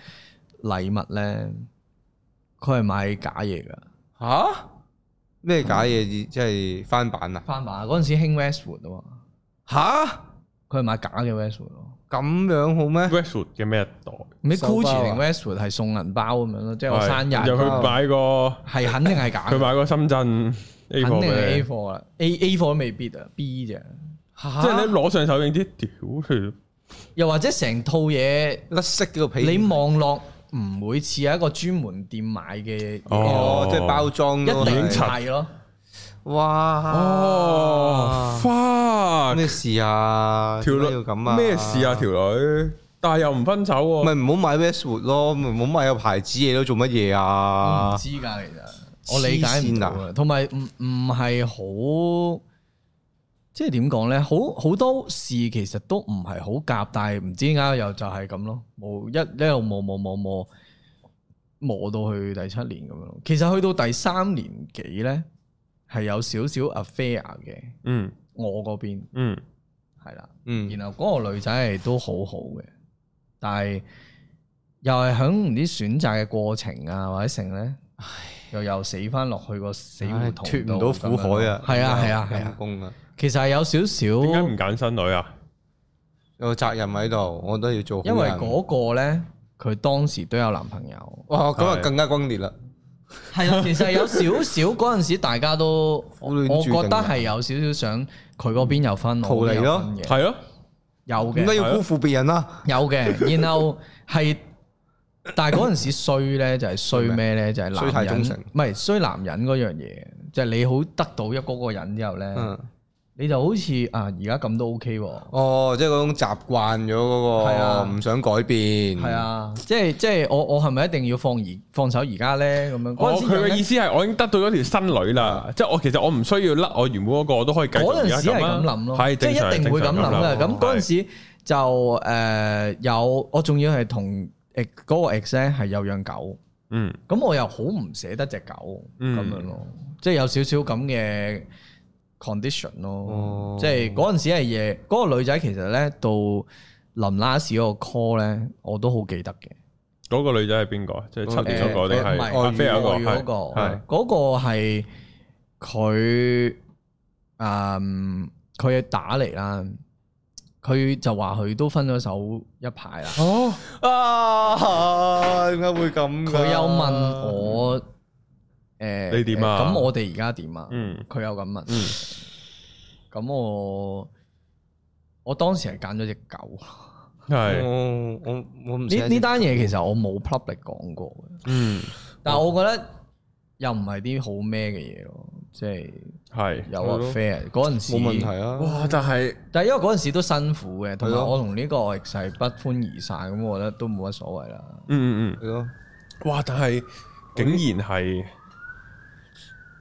禮物咧，佢係買假嘢噶，吓咩假嘢？即係翻版啊？翻版嗰陣時興 Westwood 啊嘛，吓佢係買假嘅 Westwood 咯。咁樣好咩？ Westwood 嘅咩代？咩手包啊 Gucci 定 Westwood 係送銀包咁樣咯，即係我係生日又去嗰個買個。係肯定係假嘅佢。 買個深圳 A 肯貨定係 A 嘅，貨啦，A A 貨都未必啊，B 啫，即係你攞上手影啲屌佢，又或者成套嘢甩色嘅個皮，你望落唔會似係一個專門店買嘅嘢咯，哦，即係包裝一咯定係係咯，哇！哦，花咩事啊？條點解女要咁啊？咩事啊？條女，但係又唔分手喎，咪唔好買 Westwood 咯，咪唔好買有牌子嘢咯，做乜嘢我唔啊？知㗎其實，我理解唔到黐線啊，同埋唔唔係好。即係點講咧？好好多事其實都唔係好夾，但係唔知點解又就係咁咯，冇一一路磨磨磨磨磨到去第七年咁樣咯。其實去到第三年幾咧，係有少少 affair 嘅，嗯我嗰邊嗯，係啦。嗯，然後嗰個女仔係都好好嘅，但係又係喺唔知選擇嘅過程啊或者成咧，又又死翻落去個死胡唉同脫唔度到苦海啊！咁樣咯係啊係啊係陰啊，公啊！其實係有少點解少唔，揀新女啊？有責任喺度，我都要做好人。因為嗰個咧佢當時都有男朋友，哇，咁啊係更加轟烈啦！係啊，其實有少少嗰陣時大家都，好我亂我注定覺得係有少少想佢嗰邊有分，逃我嗰離邊有咯分嘅，係咯，有嘅點解。要辜負別人啦？有嘅，然後係，但係嗰陣時衰咧就係衰咩咧就係衰男太人忠誠，唔係衰男人嗰樣嘢，就係你好得到一嗰個人之後咧，嗯，你就好似啊而家咁都 OK 喎，哦，即係嗰種習慣咗係嗰啊個，唔想改變。係，啊，即係即係我我係咪一定要放而放手而家咧咁樣？我嗰陣時哦佢嘅意有思係我已經得到咗條新女啦，即係我其實我唔需要甩我原本嗰個，我都可以繼續嗰而陣家時係啊咁諗咯，係即係一定會咁諗嘅。嘅。正常咁嗰陣時就誒有，我仲要係同誒嗰個 ex 咧係有養狗。嗯咁我又好唔捨得只狗咁、嗯樣咯，即係有少少咁嘅 condition 咯，哦即係嗰陣時係夜，嗰、個女仔其實咧到臨 last 嗰個 call 咧，我都好記得嘅。嗰個女仔係邊個？即係七年嗰個定誒係唔阿飛有外嗰語個？嗰個係係嗰個係佢，嗯，佢打嚟啦，佢就話佢都分咗手一排啦。哦，啊，點解會咁㗎？佢有問我，誒，啊你點啊咁我哋而家點啊？嗯佢有咁問，嗯咁我我當時係揀咗只狗。哦係我我我唔啊呢呢單嘢其實我冇 public 講過嘅，嗯但哦係我覺得又唔係啲好咩嘅嘢咯，即係係有係咯 affair 嗰陣時，冇問題。啊！哇！但係但係因為嗰陣時都辛苦嘅，同埋係咯我同呢個 ex 係不歡而散，咁我覺得都冇乜所謂啦。嗯嗯係咯，嗯，哇！但係竟然係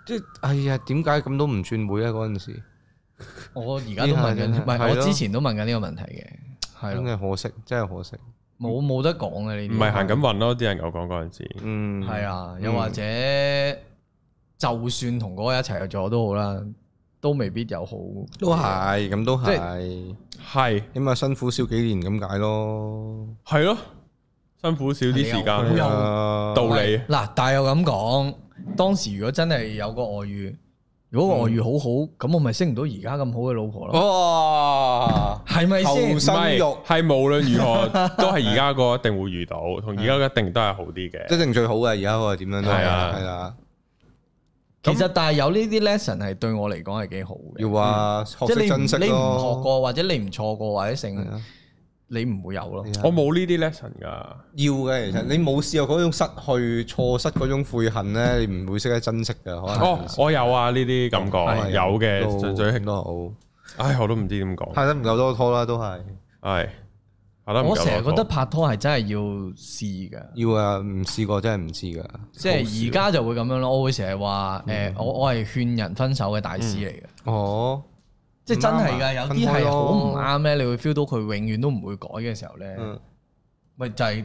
即係哎呀，點解咁都唔轉會啊咧？嗰陣時我而家都問緊，呢下真係唔係係我咯之前都問緊呢個問題嘅，係真咯，係可惜，真係可惜。冇冇得講嘅呢啲，唔係行緊運咯？啲人我講嗰陣時，嗯，係啊，又或者就算同嗰個一齊咗都好啦，都未必有好都係咁都即係，係起碼辛苦少幾年咁解咯。係咯，辛苦少啲時係啊好有間，啊道理喂嗱，但係又咁講，當時如果真係有個外遇，如嗯果個外遇好好，咁我咪識唔到而家咁好嘅老婆咯，哇！係咪先哦後？唔係生育係無論如 何都係而家個一定會遇到，同而家嘅一定都係好啲一嘅。定最好嘅，而家我點樣都係係啊係啦，其實但係有呢啲 lesson 係對我嚟講係幾好嘅，要話學即係識你唔珍惜你唔學咯。過或者你唔錯過或者係成，啊你唔會有咯。係啊我冇呢啲 lesson 噶，要嘅，其實你冇試過嗰種失去、錯失嗰種悔恨咧，你唔會識得珍惜嘅。可能哦，我有啊呢啲感覺，哦係有嘅，都純粹係，都好，唉，我都唔知點講，拍得唔夠多拖啦，都係係，拍啊得唔夠啊我成日多覺得拍拖係真係要試㗎。要啊！唔試過真係唔知噶。即係而家就會咁樣咯，我會成日話嗯誒，我我係勸人分手嘅大師嚟嘅，哦，即係真係㗎，有啲啊分開係咯好唔啱咧，你會 feel 到佢永遠都唔會改嘅時候咧，嗯咪就係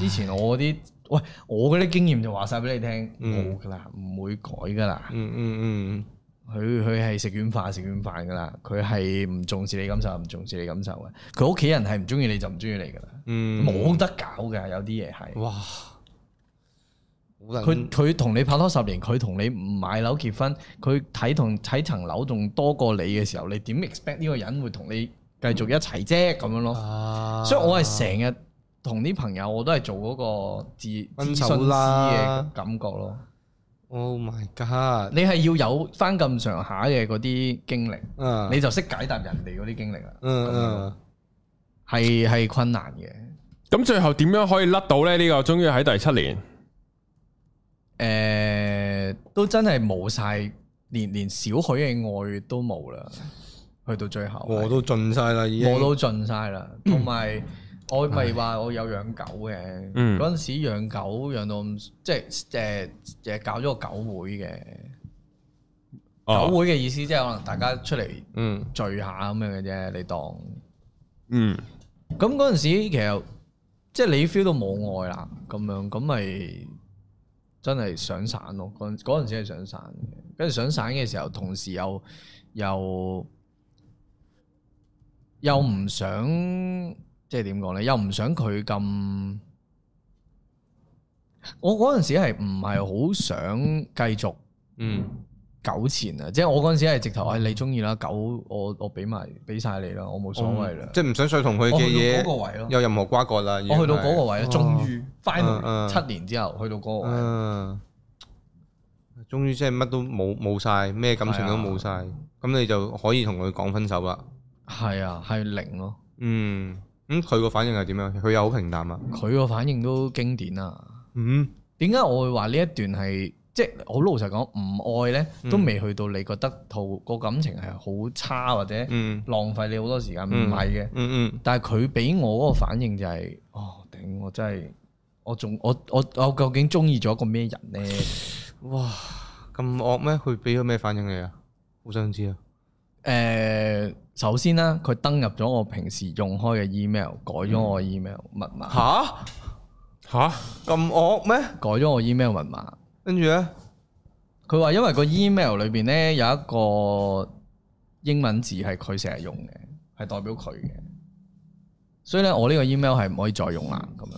之前我嗰啲，喂，我嗰啲經驗就話晒俾你聽，嗯冇㗎啦，唔會改㗎啦，嗯嗯嗯佢佢係食軟飯食軟飯㗎啦，佢係唔重視你感受唔重視你感受嘅，佢屋企人係唔中意你就唔中意你㗎啦，嗯，冇得搞㗎，有啲嘢係。哇！好佢撚佢同你拍拖十年，佢同你唔買樓結婚，佢睇同睇層樓仲多過你嘅時候，你點 expect 呢個人會同你繼續一齊啫咁樣咯？啊，所以我係成日同啲朋友，我都係做嗰個諮諮分詢手師啦嘅感覺咯。 Oh my God！你係要有翻咁上下嘅嗰啲經歷，嗯你就識解答人哋嗰啲經歷啦。嗯嗯，係係困難嘅。咁最後點樣可以甩到咧？呢、個終於喺第七年，誒、都真係冇晒，連連少許嘅愛都冇啦。去到最後，我都盡晒啦，已經我都盡晒啦，同埋我咪話我有養狗嘅，嗯嗰陣時養狗養到咁，即係誒誒搞咗個狗會嘅，哦狗會嘅意思即係可能大家出嚟嗯聚下咁樣嘅啫，你當嗯，咁嗰陣時其實即係你 feel 到冇愛啦，咁樣咁咪真係想散咯，嗰陣嗰陣時係想散嘅，跟住想散嘅時候，同時又又。又唔想即係點講咧？又唔想佢咁，我嗰陣時係唔係好想繼續嗯糾纏啊？即係我嗰陣時係直頭，唉、你中意啦，狗我我俾埋俾晒你啦，我冇所謂啦。嗯即係唔想再同佢我嘅去到嗰個嘢位咯，有任何瓜葛啦。我去到嗰個位啦，哦終於嗯 final 嗯七年之後去到嗰個位，嗯，終於即係乜都冇冇晒，咩感情都冇晒，咁你就可以同佢講分手啦。係啊，係零咯。嗯，咁佢個反應係點樣？佢又好平淡啊。佢個反應都經典啊！嗯，點解我會話呢一段係即係好老實講唔愛咧，嗯都未去到你覺得套個感情係好差或者嗯，浪費你好多時間，唔嗯係嘅。嗯嗯但係佢俾我嗰個反應就係、哦頂，我真係我仲我我我究竟中意咗個咩人咧？ 嗯，哇，咁惡咩？佢俾咗咩反應你啊？好想知啊。誒、首先啦，佢登入咗我平時用開嘅 email，改咗我 email 密碼，吓吓，咁惡咩？改咗我 email 密碼，跟住咧，佢話因為個 email 裏邊咧有一個英文字係佢成日用嘅，係代表佢嘅，所以咧我呢個 email 係唔可以再用啦咁樣。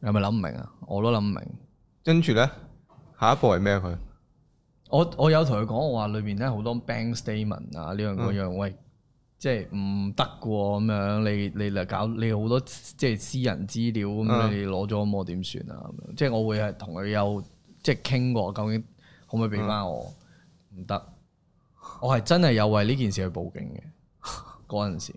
有咪諗唔明啊？我都諗唔明。跟住咧，下一步係咩佢？我我有同佢講，我話裏面咧好多 bank statement 啊，呢嗯樣嗰樣，喂，即係唔得嘅喎，咁樣你你嚟搞你好多即係私人資料咁，嗯你攞咗咁我點算啊？咁樣即係我會係同佢有即係傾過，究竟可唔可以俾翻我？唔得，我係真係有為呢件事去報警嘅 嗰陣時，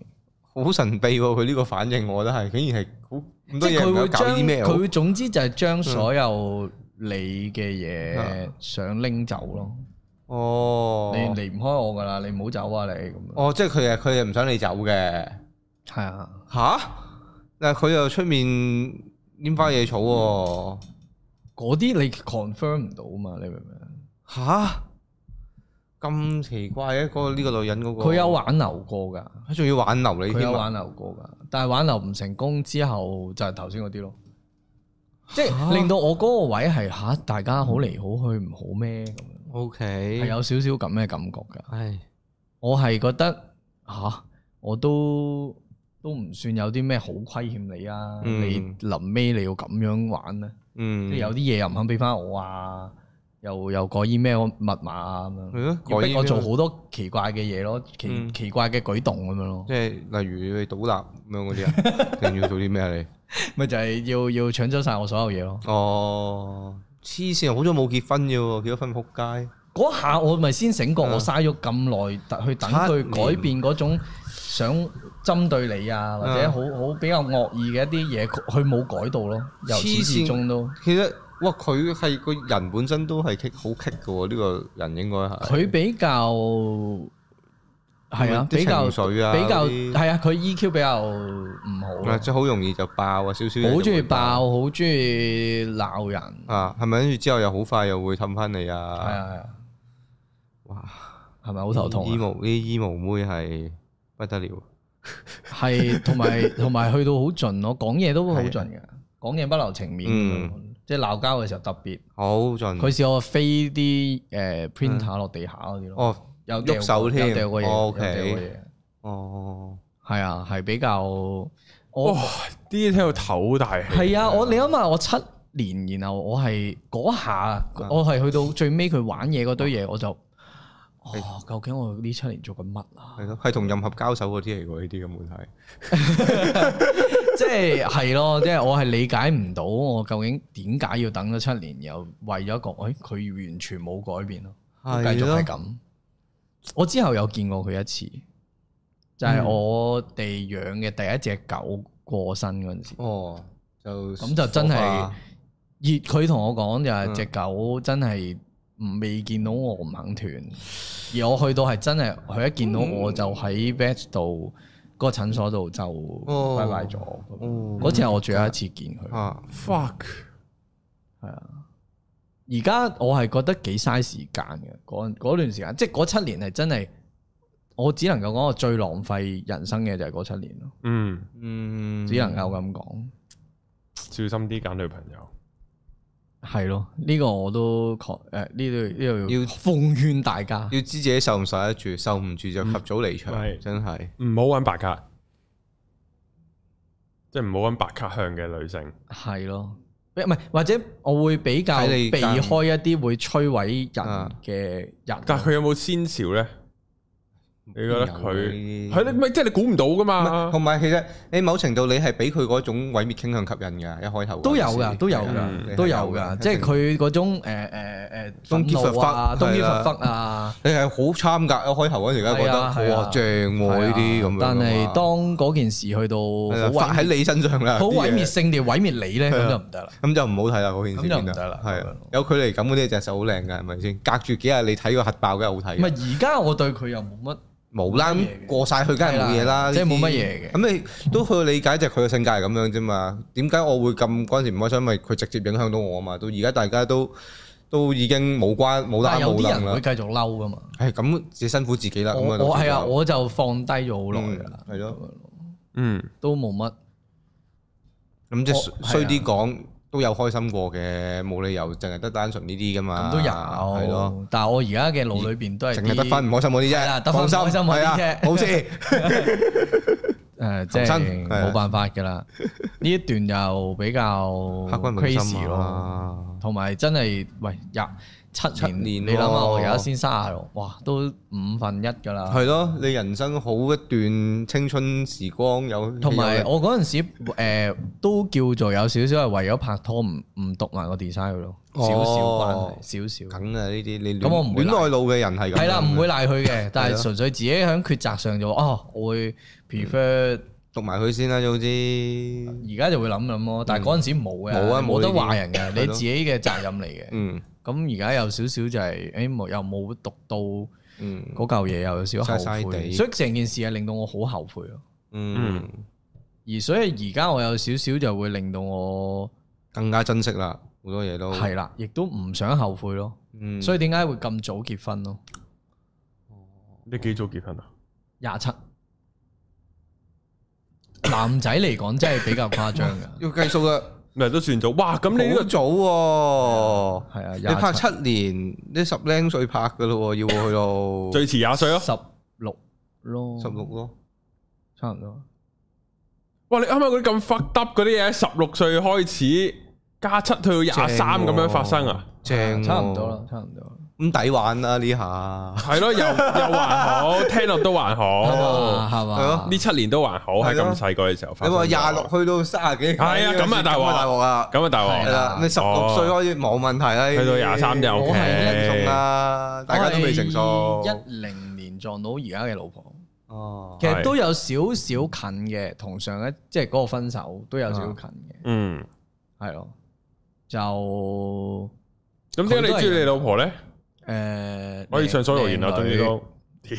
好神秘喎！佢呢個反應，我覺得係竟然係好咁即多係嘢佢唔會夠搞將 email，佢會總之就係將所有你嘅嘢嗯想拎走咯，哦你，離唔開我㗎啦，你唔好走啊你咁樣。哦，即係佢係佢係唔想你走嘅係啊，吓？但係佢又出面拈花惹草喎嗰啲你 confirm 唔到啊嘛，你明唔明啊？吓？咁奇怪嘅，嗰個呢個女人嗰個，佢有挽留過㗎，佢仲要挽留你佢有添啊挽留過㗎，但係挽留唔成功之後就係頭先嗰啲咯，即係嚇令到我嗰個位係吓大家好嚟好去唔好咩咁樣， ？O 係 K，有少少咁嘅感覺㗎。唉，我係覺得吓我都都唔算有啲咩好虧欠你啊，嗯你臨尾你要咁樣玩咧，嗯，即係有啲嘢又唔肯俾翻我啊，又又改 email 密碼啊咁樣。係咯要逼我改 email 做好多奇怪嘅嘢咯，奇、嗯奇怪嘅舉動咁樣咯即，係例如你倒立咁樣嗰啲 啊，定要做啲咩啊你？咪就係要要搶走晒我所有嘢咯。哦，黐線，好咗冇結婚嘅喎，結咗婚撲街。嗰下我咪先醒覺，啊我嘥咗咁耐特去等佢七年改變嗰種想針對你啊，或者啊好好比較惡意嘅一啲嘢，佢佢冇改到咯，由始黐至線終都。其實哇，佢係個人本身都係棘好棘嘅喎，呢、個人應該係佢比較係啊，啲比較情緒啊比較嗰啲係啊，佢 EQ 比較唔好咪咯，啊即係好容易就爆啊，少少嘢就會好中意爆，好中意鬧人，係啊，係咪跟住之後又好快又會氹翻你啊啊？係啊，哇，係咪好頭痛啊醫？毛呢啲醫毛妹係不得了，係同 埋同埋去到好盡咯，講嘢都好盡啊嘅，講嘢不留情面咁樣，嗯即係鬧交嘅時候特別。好盡佢試過飛啲誒 printer 落地下嗰啲咯，哦有掉喐手添有掉過嘢，哦有掉過，OK 嘢，哦，係啊，係比較我哇！啲聽到唞大氣，係啊，我你諗下，我七年，然後我係嗰下，啊我係去到最尾佢玩嘢嗰堆嘢，我就哦，究竟我呢七年做緊乜啊？係咯，係同任何交手嗰啲嚟喎，呢啲根本係即係係咯，即係我係理解唔到我究竟點解要等咗七年，又為咗一個，誒佢完全冇改變咯，佢繼續係咁。我之後有見過佢一次，就係、我哋養嘅第一隻狗過身嗰陣時，哦，就咁就真係火而佢同我講就係只狗真係唔未見到我唔肯斷，而我去到係真係佢一見到我就喺 vet 度個診所度就哦拜拜咗。花哦嗰次係我最後一次見佢。啊 fuck，而家我係覺得幾嘥時間嘅，嗰嗰段時間，即係嗰七年係真係，我只能夠講我最浪費人生嘅就係嗰七年咯，嗯，嗯，只能夠咁講，小心啲揀女朋友。係咯，呢個我都確誒呢度呢度要要奉勸大家，要知自己受唔受得住，受唔住就及早離場，係真係。唔好揾白卡，即系唔好揾白卡向嘅女性。係咯，唔係或者我會比較睇你避間開一啲會摧毀啊人嘅人，但系佢有冇先兆咧？你覺得佢有嘅啊係你咪即係你估唔到噶嘛？同埋其實你某程度你係俾佢嗰種毀滅傾向吸引㗎，一開頭都有㗎，都有嗯啊㗎，都有㗎，即係佢嗰種誒誒誒 Don't 憤 give a 怒啊， fuck，東基係佛啦忽啊。你係好參㗎，一開頭嗰陣時梗係覺係啊係得啊哇正喎呢啲咁樣㗎嘛，但係當嗰件事去到啊係啊好發喺毀你身上啦，好啲嘢毀滅性地毀滅你咧，啊咁就唔得啦。咁就唔好睇啦嗰件事咁就唔變得啦係咁樣啊有距離感嗰啲隻手好靚㗎，係咪先？隔住幾日你睇個核爆梗係好睇唔㗎。係而家我對佢又冇乜，冇啦，冇乜嘢嘅咁過晒去梗係冇嘢係啦啦，即係呢啲冇乜嘢嘅咁你都去理解，就係佢嘅性格係咁樣啫嘛。點解我會咁嗰陣時唔開心？因為佢直接影響到我啊嘛。到而家大家都都已經冇關冇但單係有冇啲能人啦會。繼續嬲噶嘛。係咁，自己辛苦自己啦。我咁我係啊，到時就我就放低咗好耐㗎啦，嗯係咯嗯，都冇乜。咁即係我啊衰衰啲講，都有開心過嘅，冇理由淨係得單純呢啲噶嘛。咁都啊係咯，有，但係我而家嘅腦裏邊都係淨係啲得翻唔開心嗰啲係啦啫，得返放唔心開心嗰啲係啊啫 冇事。誒，呃即含係辛係啊冇辦法㗎啦。呢一段就比較刻骨銘心啊 crazy 咯，咯。同埋真係喂廿七七年，年你諗下喎我而家先卅六，哇，都五分一㗎啦。係咯，你人生好一段青春時光有，同埋有我嗰陣時、呃、都叫做有少少係為咗拍拖唔唔讀埋個 design 咯，哦少少關係，少少。梗啊呢啲，你咁我唔會戀賴戀愛腦嘅人係咁樣嘅。係啦，唔會賴佢嘅，但係啊係咯純粹自己喺抉擇上就話哦，我會 prefer 讀埋佢先啦，總之，而家就會諗諗咯，但係嗰陣時冇嘅，嗯冇啊冇冇得呢啲話人嘅，係你咯自己嘅責任嚟嘅。嗯咁而家有少少就係誒冇又冇讀到嗰嗯嚿嘢，又有少少嘥後嘥悔，地所以成件事係令到我好後悔咯。嗯，而所以而家我有少少就會令到我更加珍惜啦，好多嘢都係，啦，亦都唔想後悔咯。嗯，所以點解會咁早結婚咯？你幾早結婚啊？廿七，男仔嚟講真係比較誇張㗎，要計數噶，咪都算早。哇！咁你呢好個早喎，係啊，你廿拍七年，你十零歲拍噶咯喎，要去 到最遲廿歲咯。十六咯，十六咯，差唔多。哇！你啱啱嗰啲咁 fucked up 嗰啲嘢，十六歲開始加七去到廿正三喎咁樣發生啊？正，差唔多啦，，差唔多。咁抵玩啦呢下，係咯，又又還 好，聽落都還好，係嘛？係咯哦呢七年都還好，喺係咯咁細個嘅時候發你生咗。話廿六去到三十幾，係啊咁啊大鑊大鑊啊，咁啊，大係鑊係啦，你十哦六歲開始冇問題啦，去到23就 OK 成熟啦，大家都未成熟，一零年撞到而家嘅老婆，哦其實都有少少近嘅，同上一即係嗰個分手都有少少近嘅，嗯，係咯。就咁點解你中意你老婆咧？誒，可以暢所欲言啦，靚終於女都屌，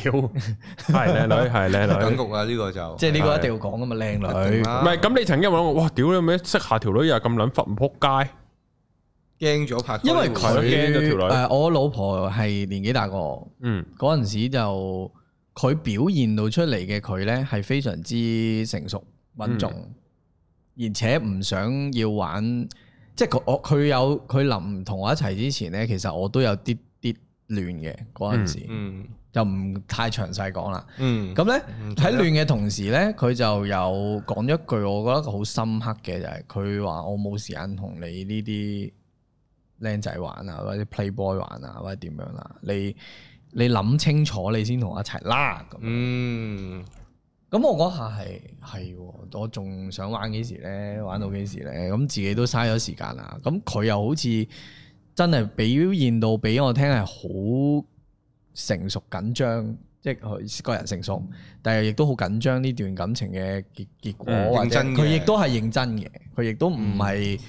係靚女，係靚等女。局啦呢個就即係呢個一定要講噶嘛，靚女一定啦唔係咁，你曾經有冇諗過？哇！屌你咩？識下條女又咁撚佛唔撲街，驚咗拍拖因呢為回事，係咯佢驚咗條女誒，我老婆係年紀大過我，嗯嗰陣時就佢表現到出嚟嘅佢呢係非常之成熟穩重，而且唔想要玩，即係佢我佢有佢臨唔同我一齊之前呢，其實我都有啲啲亂嘅嗰陣時，嗯就唔太詳細講啦。嗯咁呢，嗯喺亂嘅同時呢，佢就有講一句我覺得好深刻嘅就係佢話我冇時間同你呢啲僆仔玩啊，或者 playboy 玩啊，或者點樣啦，你你諗清楚你先同我一齊啦咁。嗯咁我嗰下係係喎，我仲想玩幾時咧？玩到幾時咧？咁自己都嘥咗時間啦。咁佢又好似真係表現到俾我聽係好成熟緊張，即係佢個人成熟，但係亦都好緊張呢段感情嘅結結果，嗯或認者真嘅嗯佢亦都係認真嘅，佢亦都唔係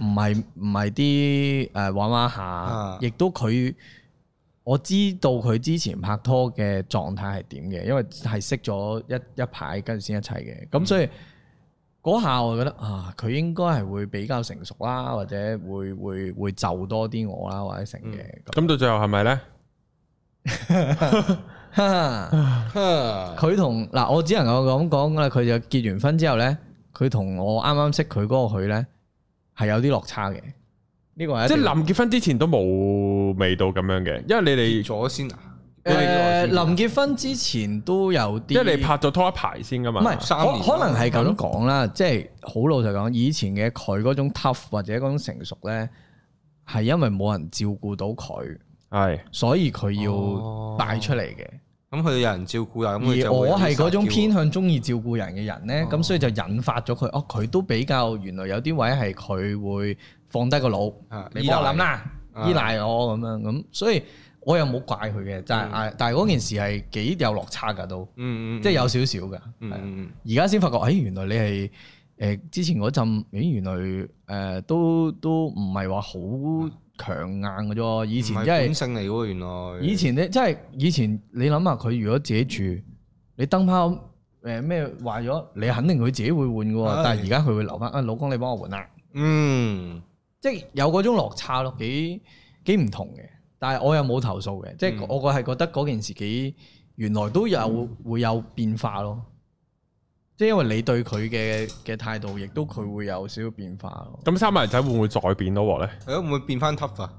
唔係唔係啲誒玩玩下啊，亦都佢。我知道佢之前拍拖嘅狀態係點嘅，因為係識咗一一排跟住先一齊嘅，嗯咁所以嗰下我覺得啊，佢應該係會比較成熟啦，或者會會會就多啲我啦，或者成嘅咁。咁到最後係咪咧？嗯哈 佢同嗱，我只能夠咁講啦，佢就結完婚之後呢，佢同我啱啱識佢嗰個佢呢，係有啲落差嘅。呢個係一即係定臨結婚之前都冇味道咁樣嘅，因為你哋咗先啊，誒哦臨結婚之前都有啲，因為你拍咗拖一排先噶嘛，唔係，三年可咯可能係咁講啦，即係好老實講，以前嘅佢嗰種 tough 或者嗰種成熟咧，係因為冇人照顧到佢，係所以佢哦要帶出嚟嘅。咁佢有人照顧啦，咁佢就而會有我啲係嗰種撒嬌偏向中意照顧人嘅人咧，咁、哦所以就引發咗佢，哦，佢都比較原來有啲位係佢會放低個腦，啊你幫我諗啦，啊依賴我咁樣咁，所以我又冇怪佢嘅，但係、啊但係嗰件事係幾有落差㗎都，嗯嗯嗯，即係有少少㗎，係啊嗯嗯而家先發覺，誒、原來你係誒、呃之前嗰陣，咦原來誒、都都唔係話好強硬嘅啫。啊以以前前因本為性嚟喎，原來以前咧，即係以前你諗下佢如果自己住，你燈泡誒呃咩壞咗，你肯定佢自己會換嘅喎。係但係而家佢會留翻，啊老公你幫我換啦，嗯即係有嗰種落差咯，幾幾唔同嘅。但係我又冇投訴嘅，即係嗯我個係覺得嗰件事幾原來都有會有變化咯。即係因為你對佢嘅嘅態度，亦都佢會有少少變化咯。咁生埋仔會唔會再變多鑊咧？係咯，會唔會變翻 tough 啊？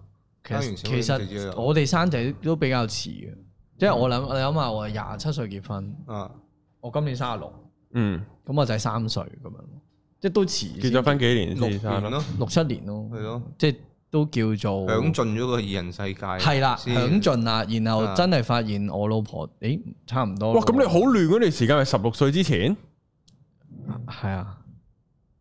其生完實小朋其友就知實啦我哋生仔都比較遲嘅，即嗯係我諗你諗下，我係廿七歲結婚，啊，我今年三十六，嗯，咁我就係三歲咁樣，即係都遲結先咗婚幾年六先生年咯？咯，六七年咯，係咯，即係都叫做享盡咗個二人世界。係啦，啊先享盡啦，然後啊真係發現我老婆，誒差唔多咯哇！喎，哦咁你好亂嗰段時間係十六歲之前，係啊，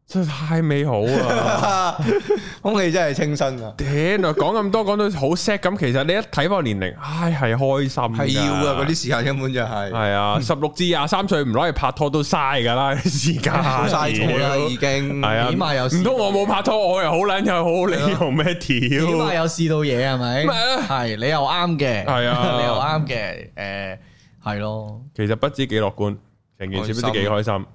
真係太美好啊！ 空氣真係清新啊！頂啊！講咁多講到好 sad 咁，其實你一睇翻年齡，唉係開心㗎，係啊要噶，嗰啲時間根本就係嗯係啊，十六至廿三歲唔攞嚟拍拖都嘥㗎啦， 啲時間好嘥咗啦，已經。係啊，起碼有唔通我冇拍拖，我又好撚又好，你又咩起碼啊屌？有試到嘢係咪？咪啊係你又啱嘅，係啊 你又啱嘅，誒係咯。其實不知幾樂觀，成件事不知幾開心。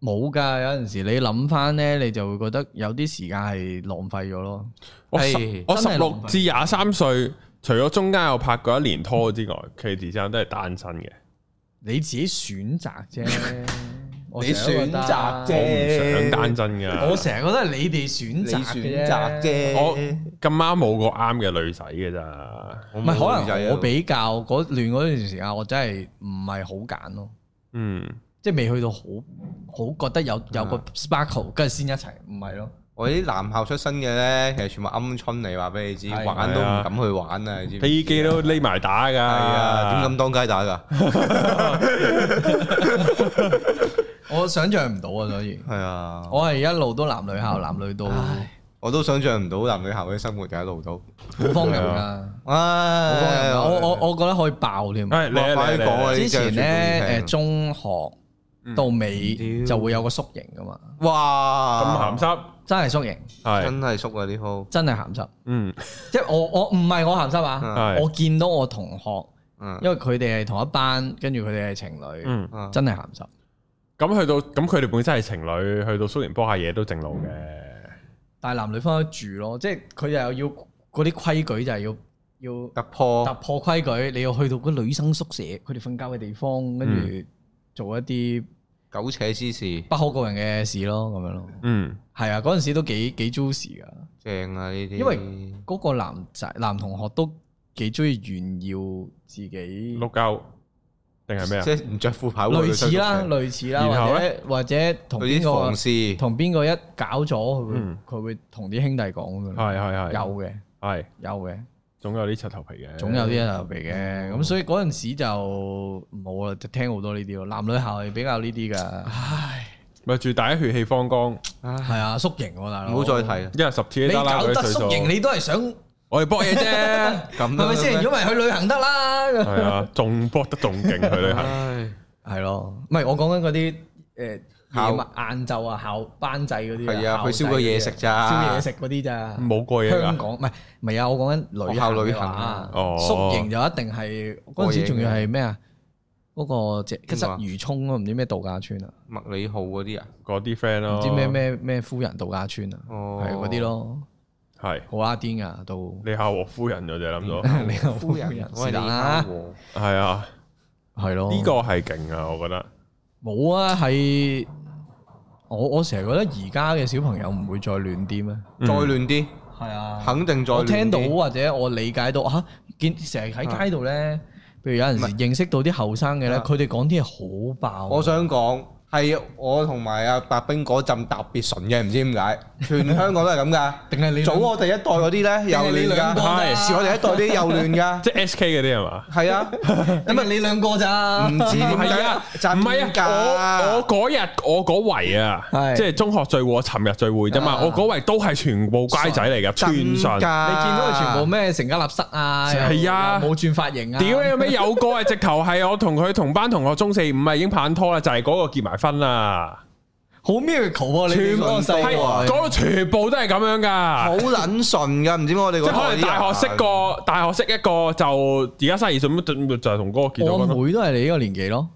冇㗎，有陣時你諗翻咧，你就會覺得有啲時間係浪費咗咯。我哎係十我真十係六浪費至廿三歲，除咗中間有拍過一年拖之外，其時間都係單身嘅。你自己選擇 啫，你選擇啫我唔想單身噶，我成日覺得係你哋選你擇選嘅擇啫。啫。我咁啱冇個啱嘅女仔嘅咋。我唔冇係可女仔能啊我比較嗰亂嗰段時間，我真係唔係好揀咯，嗯，即係未去到好好覺得有有個 sparkle，跟住先一齊，唔係咯。我啲男校出身嘅咧，其實全部鵪鶉嚟，話俾你知，係玩都唔敢去玩啊！你知唔知飛機都匿埋打噶。係係啊，點咁當街打噶？我想象唔到啊，所以係啊， 我係一路都男女校，男女到好我都想象唔到男女校嘅生活嘅一路都。荒謬係㗎。好啊方便唉，㗎我我我覺得可以爆添。係你哇快你啲講啊你呢之前咧誒真係中學到尾嗯就會有個宿營噶嘛，哇咁鹹，濕真係宿營，係啊真係縮啊呢鋪，真係鹹濕。嗯即係我我唔係我鹹濕啊係，我見到我同學，嗯因為佢哋係同一班，跟住佢哋係情侶，嗯。啊真係鹹濕。咁去到咁佢哋本身係情侶，去到蘇聯波下嘢都正路嘅。但係男女分開住咯，即係佢又要嗰啲規矩就係要要突破突破規矩，你要去到嗰女生宿舍，佢哋瞓覺嘅地方，跟嗯住做一啲苟且之事，不可告人嘅事咯，咁樣咯。嗯，係啊，嗰陣時都幾幾 juicy 㗎。正啊呢啲。因為嗰個男仔男同學都幾中意炫耀自己，碌鳩定係咩啊即？係唔着褲跑類似啦，類似啦，然後或呢者或者同嗰邊啲個房事同邊個一搞咗，佢會嗯佢會同啲兄弟講咁樣，係係係，有嘅係有嘅，總有啲柒頭皮嘅。總有啲啊人入嚟嘅，啊咁所以嗰陣時就冇啦，就聽好多呢啲咯，男女校係比較呢啲㗎，唉，咪住大家血氣方剛，係啊，縮型喎大佬，唔好再提啦，一日十次你都得啦。搞佢得啲歲縮型，數，你都係想係我哋搏嘢 啫。咁咪先？ 如果果唔係去旅行得啦。系啊，仲搏得仲勁去旅行，係咯，唔係我講緊嗰啲诶校夜晚晏晝啊，校班制嗰啲係啊校去燒制個嗰啲嘢啊食咋燒嘢食嗰啲咋。冇過嘢香噶。港唔係唔係啊，我講緊旅學校旅嘅行啊話哦宿營就一定係嗰陣時仲要係咩啊？嗰個即係邊個啊鰂魚涌咯，唔知咩度假村啊，麥理浩嗰啲啊，嗰啲 friend 咯，唔知咩咩咩夫人度假村啊，哦係嗰啲咯，係好拉癲噶都。你孝和夫人我就諗到， 你又夫人，是我係但李啦孝，和係啊，係咯。呢個係勁啊，我覺得冇啊，係我我成日覺得而家嘅小朋友唔會再亂啲咩？嗯再亂啲，係啊肯定再亂我啲聽到或者我理解到嚇，見成日喺街度咧，譬如有陣時認識到啲後生嘅咧，啊佢哋講啲嘢好爆。啊我想講係我同埋阿白冰嗰陣特別純嘅，唔知點 解，全香港都係咁噶。定係你早我哋一代嗰啲咧又定係你亂兩個噶，㗎遲我哋一代啲又亂噶，即系 S K 嗰啲係嘛？係 啊，因為你兩個咋，唔知點係解啊，真唔係啊，我我㗎。嗰日我嗰圍啊，係即係中學聚會，我尋日聚會啫嘛，啊我嗰圍都係全部乖仔嚟噶，全真信㗎，。你見到佢全部咩？咩成家立室啊，又係啊又冇轉髮型啊，屌你咩？有個係直頭係我同佢同班同學中四五啊已經拍緊拖啦，就係嗰個結埋婚啦，好 miracle 喎！你全哋部嗰個啊係細個嗰個全部都係咁樣噶好。撚純㗎，唔知點解我哋即係嗰可能大學識過，個，大學識一個就而家卅二歲咁就就係同嗰個結咗我婚咯。妹都係你呢個年紀咯，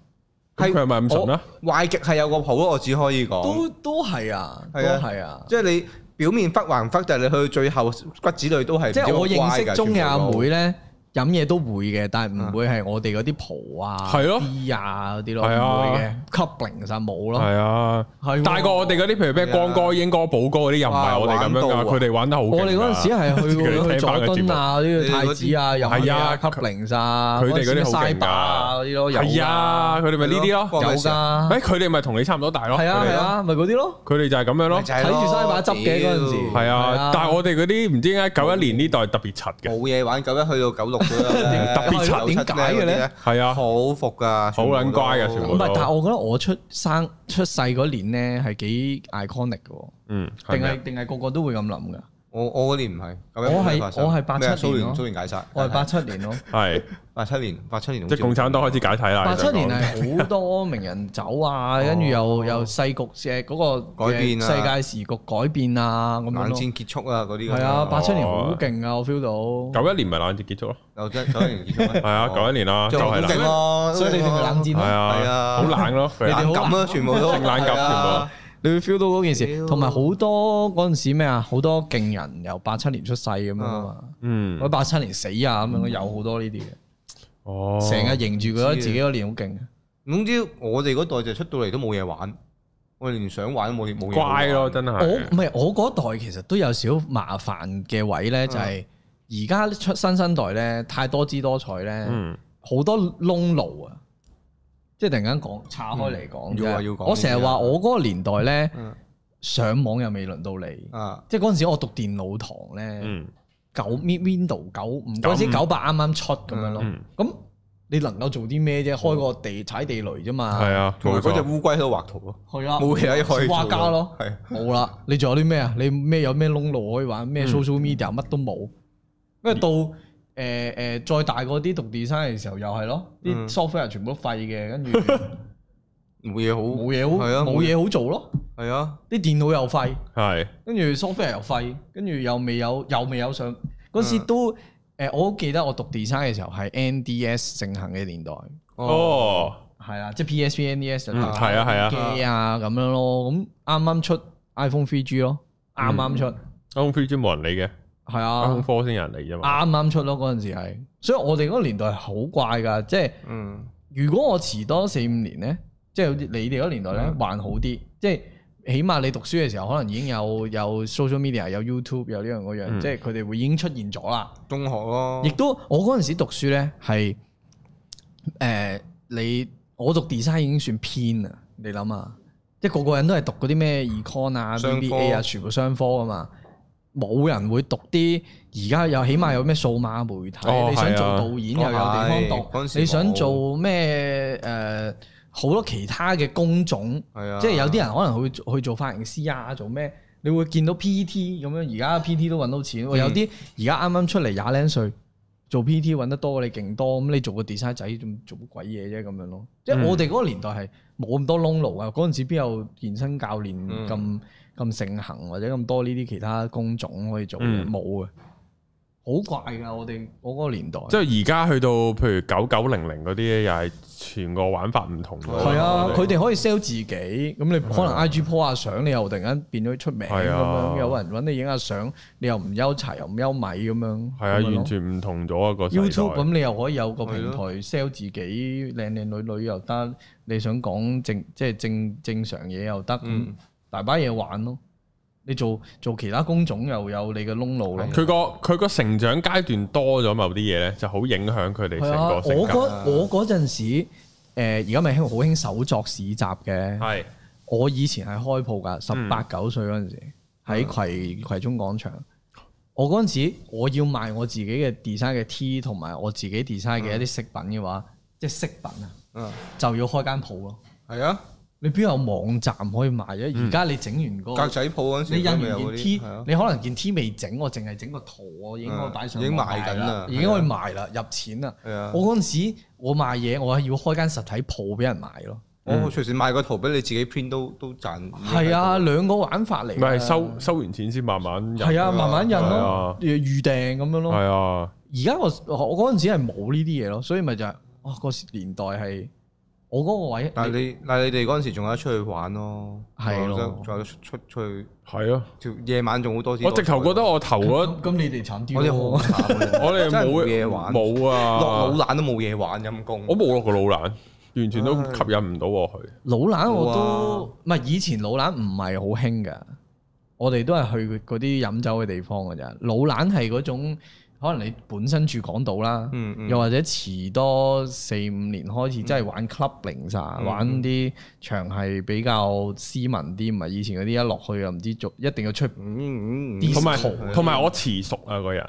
咁係佢係咪咁純啦？壞極係有個譜咯，我只可以講，都都係啊，都係啊係啊。即係你表面忽還忽，但係你去到最後骨子裏都係唔即知係我好乖認㗎識中嘅阿妹，咧，飲嘢都會嘅，但係唔會係我哋嗰啲蒲啊、係咯 D 啊嗰啲咯，係啊唔會嘅。coupling 實冇系咯，啊，係喎大過我哋嗰啲，譬如咩光哥、英哥、寶哥嗰啲，又唔係我哋咁樣哇噶，玩到啊佢哋玩得好勁㗎。我哋嗰陣時係去佢哋聽去翻佐個節目敦啊，呢個太子啊，又係啊啊 coupling 啊，佢哋嗰啲好勁㗎西巴嗰啲咯，有㗎係啊，，佢哋咪呢啲咯。係有㗎，诶，佢哋咪同你差唔多大咯。係啊佢哋係啊，咪嗰啲咯。佢哋就係咁樣咯咪。就係睇咯住西把執嘅嗰陣時，屌係係啊，但係我哋嗰啲唔知點解九一年呢代特別柒嘅。冇嘢玩，九一去到九 六嗰個咧特別97柒點解嘅咧嗰啲係啊好服噶，好撚乖㗎全部唔都係，但係我覺得我出生出世嗰年咧係幾 iconic 嘅嗯，喎，係定咪啊係定係個個都會咁諗㗎。我我嗰年唔係，九一我係冇發生我係87咩啊蘇年咯聯蘇聯解散，我係八七年咯，係八七年八七年好似即係共產黨開始解體啦。八你七啊想講年係好多名人走啊，跟住又又世局嘅嗰個改變啊世界時局改變啊咁樣冷咯。戰結束啊嗰啲咁樣，係啊，八七年哦好勁啊，我 feel 到。九一年咪冷戰結束咯。九七九一年結束 係啊，九一年啦，就就係係啦。勁咯，所以你哋咪冷戰係咯，啊，係啊好冷咯。佢你哋哋冷感啊，全部都性冷感係啊你會 feel 到嗰件事，屌同埋好多嗰陣時咩啊，好多勁人由八七年出世咁樣啊嘛，嗯或，者八七年死啊咁樣，有好多呢啲嘅，哦，成日迎住覺得自己嗰年好勁嘅。啊總之我哋嗰代就出到嚟都冇嘢玩，我哋連想玩都冇冇嘢玩乖咯，真我係唔。係我嗰代其實都有少少麻煩嘅位咧，就係而家出新生代咧太多姿多彩咧，嗯，好、多窿路啊！即係突然間講岔開嚟講啫，要啊要講我成日呢啲話啊我嗰個年代咧，嗯上網又未輪到你，啊，即係嗰陣時我讀電腦堂咧，嗯，九 Window 九五嗰陣時九八啱啱出咁樣咯嗯，咁、你能夠做啲咩啫？開個地踩地雷啫嘛，係啊，同埋冇嗰只錯。烏龜喺度畫圖咯，係啊，冇嘢可以做畫家咯，係冇啦。你仲有啲咩啊？你咩有咩窿路可以玩？咩 social media 乜都冇。因為到誒誒再大嗰啲讀 design 嘅時候又係咯，啲 software 全部都廢嘅，跟住冇嘢好冇嘢好係啊冇嘢好做咯。係啊。啲電腦又廢，係跟住 software 又廢，跟住又未有又未有上嗰時都誒，我好記得我讀 design 嘅時候係 NDS 盛行嘅年代。哦，係啊，即係 PSP、NES 就嗯係啊係啊機啊咁樣咯。咁啱啱出 iPhone 3G 咯，啱啱出，iPhone three 冇人理嘅係，iPhone 啊， four 先有人理啫嘛。啱啱出咯嗰陣時係。所以我哋嗰個年代係好怪㗎，即係嗯，如果我遲多四五年咧，即係好似你哋嗰個年代咧，還好啲，即係。起碼你讀書嘅時候，可能已經有有 social media、有 YouTube、有呢樣嗰樣，嗯即係佢哋會已經出現咗啦。中學咯亦，都我嗰陣時讀書咧係誒你我讀 design 已經算偏啦，你諗下，即係個個人都係讀嗰啲咩 econ 啊、商科 BBA 啊，全部商科啊嘛，冇人會讀啲而家有起碼有咩數碼媒體，哦你想係做啊導演又有地方哦係嗰讀，陣時你想冇做咩誒？呃好多其他嘅工種，係啊即係有啲人可能會做去做髮型師啊，做咩？你會見到 PT 咁樣，而家 PT 都揾到嗯錢。喂有啲而家啱啱出嚟廿零歲做 PT 揾得多，你勁多咁，你做個 design 仔仲做乜鬼嘢啫咁樣咯。即嗯係我哋嗰個年代係冇咁多窿路啊，嗰陣時邊有健身教練嗯咁咁盛行，或者咁多呢啲其他工種可以做嘅嗯冇啊，好怪㗎！我哋我嗰個年代。即係而家去到譬如九九零零嗰啲，又係全個玩法唔同咗。係啊，我啊佢哋可以 sell 自己，咁你可能 I G po 下相，你又突然間變咗出名咁係啊樣，有人揾你影下相，你又唔憂柴又唔憂米咁樣，係啊，咁樣咯完全唔同咗啊個世代 YouTube 咁你又可以有個係平台 sell 自己，靚靚女女又得，你想講正即係正正常嘢又得，咁嗯大把嘢玩咯。你做做其他工種又有你嘅窿路咯。佢個佢個成長階段多咗某啲嘢咧，就好影響佢哋係成啊，個性我格。嗰我嗰陣時，誒而家咪興好興手作市集嘅。係我以前係開鋪㗎，十嗯八九歲嗰陣時喺葵葵涌廣場。我嗰陣時我要賣我自己嘅 design 嘅 T 同埋我自己 design 嘅一啲飾品嘅話，即係飾品啊，嗯，就要開間鋪咯。係啊，你邊有網站可以賣嗯啫？而家你整完個格仔鋪嗰陣時，哦你印完咪有嗰件啲 T，係啊你可能件 T 未整，我淨係整個圖，我已經可以擺上網已經賣緊啦啦，已經可以賣啦，入錢啦。係啊我嗰陣時我賣嘢，我係要開間實體鋪俾人買咯。我隨時賣個圖俾你自己 print 都都賺。嗯係啊，，兩個玩法嚟㗎。唔係收收完錢先慢慢入係啊，入去啊慢慢印係咯啊，預預訂咁樣咯。係啊，而家我我我嗰陣時係冇呢啲嘢咯，所以咪就係哇個年代係我嗰個位，但係你但係你哋嗰陣時仲有得出去玩咯，係仲有咯得仲有得出出出去，係啊，條夜晚仲好多啲。我直頭覺得我投 嗰咁咁你哋慘啲啊我哋好喎， 慘啊，我哋真係冇冇嘢玩冇落老啊，懶都冇嘢玩陰公。我冇落過老蘭，完全都吸引唔到我去。老蘭啊我都唔係以前老蘭唔係好興㗎，我哋都係去嗰啲飲酒嘅地方㗎咋。老蘭係嗰種可能你本身住港島啦，嗯嗯又或者遲多四五年開始，真係嗯玩 clubbing 晒，玩啲場係比較斯文啲，唔係以前嗰啲一落去又唔知做，一定要出嗯嗯嗯啲同埋 Disco 同埋我遲熟啊個人，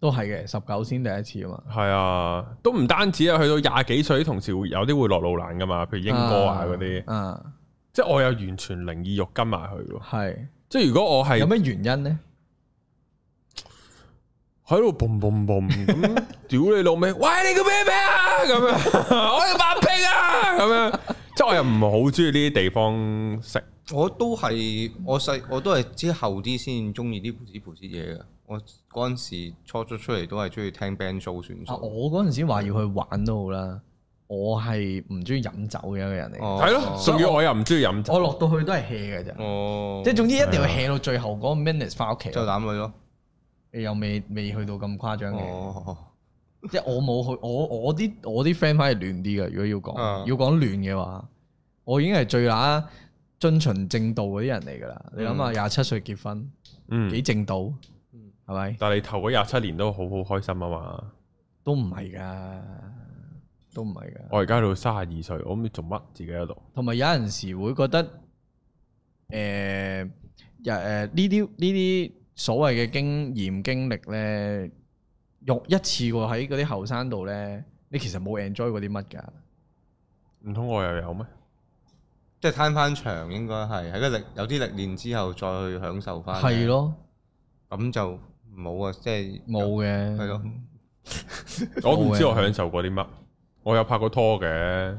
都係嘅，十九先第一次啊嘛。係啊，都唔單止啊，去到廿幾歲同時會有啲會落老蘭噶嘛，譬如英哥啊嗰啲，啊，即係我有完全靈意欲跟埋去喎。係即係如果我係有咩原因咧？喺度嘣嘣嘣咁， 屌你老味！喂你個咩咩啊？咁 樣，我要白拼啊！咁樣，即係我又唔係好中意呢啲地方食，我都係我細我都係之後啲先中意啲盤子盤子嘢嘅。我嗰陣時初初出嚟都係中意聽 band show 算啊，數。我嗰陣時話要去玩都好啦，我係唔中意飲酒嘅一個人嚟嘅，哦係咯。仲要我又唔中意飲酒，我落到去都係 hea 嘅咋，哦，即係總之一定要 hea 到最後嗰個 minutes 翻屋企，就膽佢咯。你又未未去到咁誇張嘅。哦，即係我冇去，我我啲我啲 friend 反而亂啲嘅。如果要啊講，要講亂嘅話，我已經係最乸遵循正道嗰啲人嚟㗎啦。你諗下，廿七歲結婚嗯幾。正道，係咪？但係你頭嗰廿七年都好好開心啊嘛！都唔係㗎，都唔係㗎。我而家到三十二歲，我唔知做乜自己喺度。同埋有陣時會覺得，誒又誒呃呢啲呢啲所謂嘅經驗經歷咧，用一次過喺嗰啲後生度咧，你其實冇 enjoy 過啲乜㗎。唔通我又有咩？即係攤翻場應該係喺個歷有啲歷練之後再去享受翻。係，咯，咁就冇啊，即係冇嘅。係咯。我唔知我享受過啲乜。我有拍過拖嘅，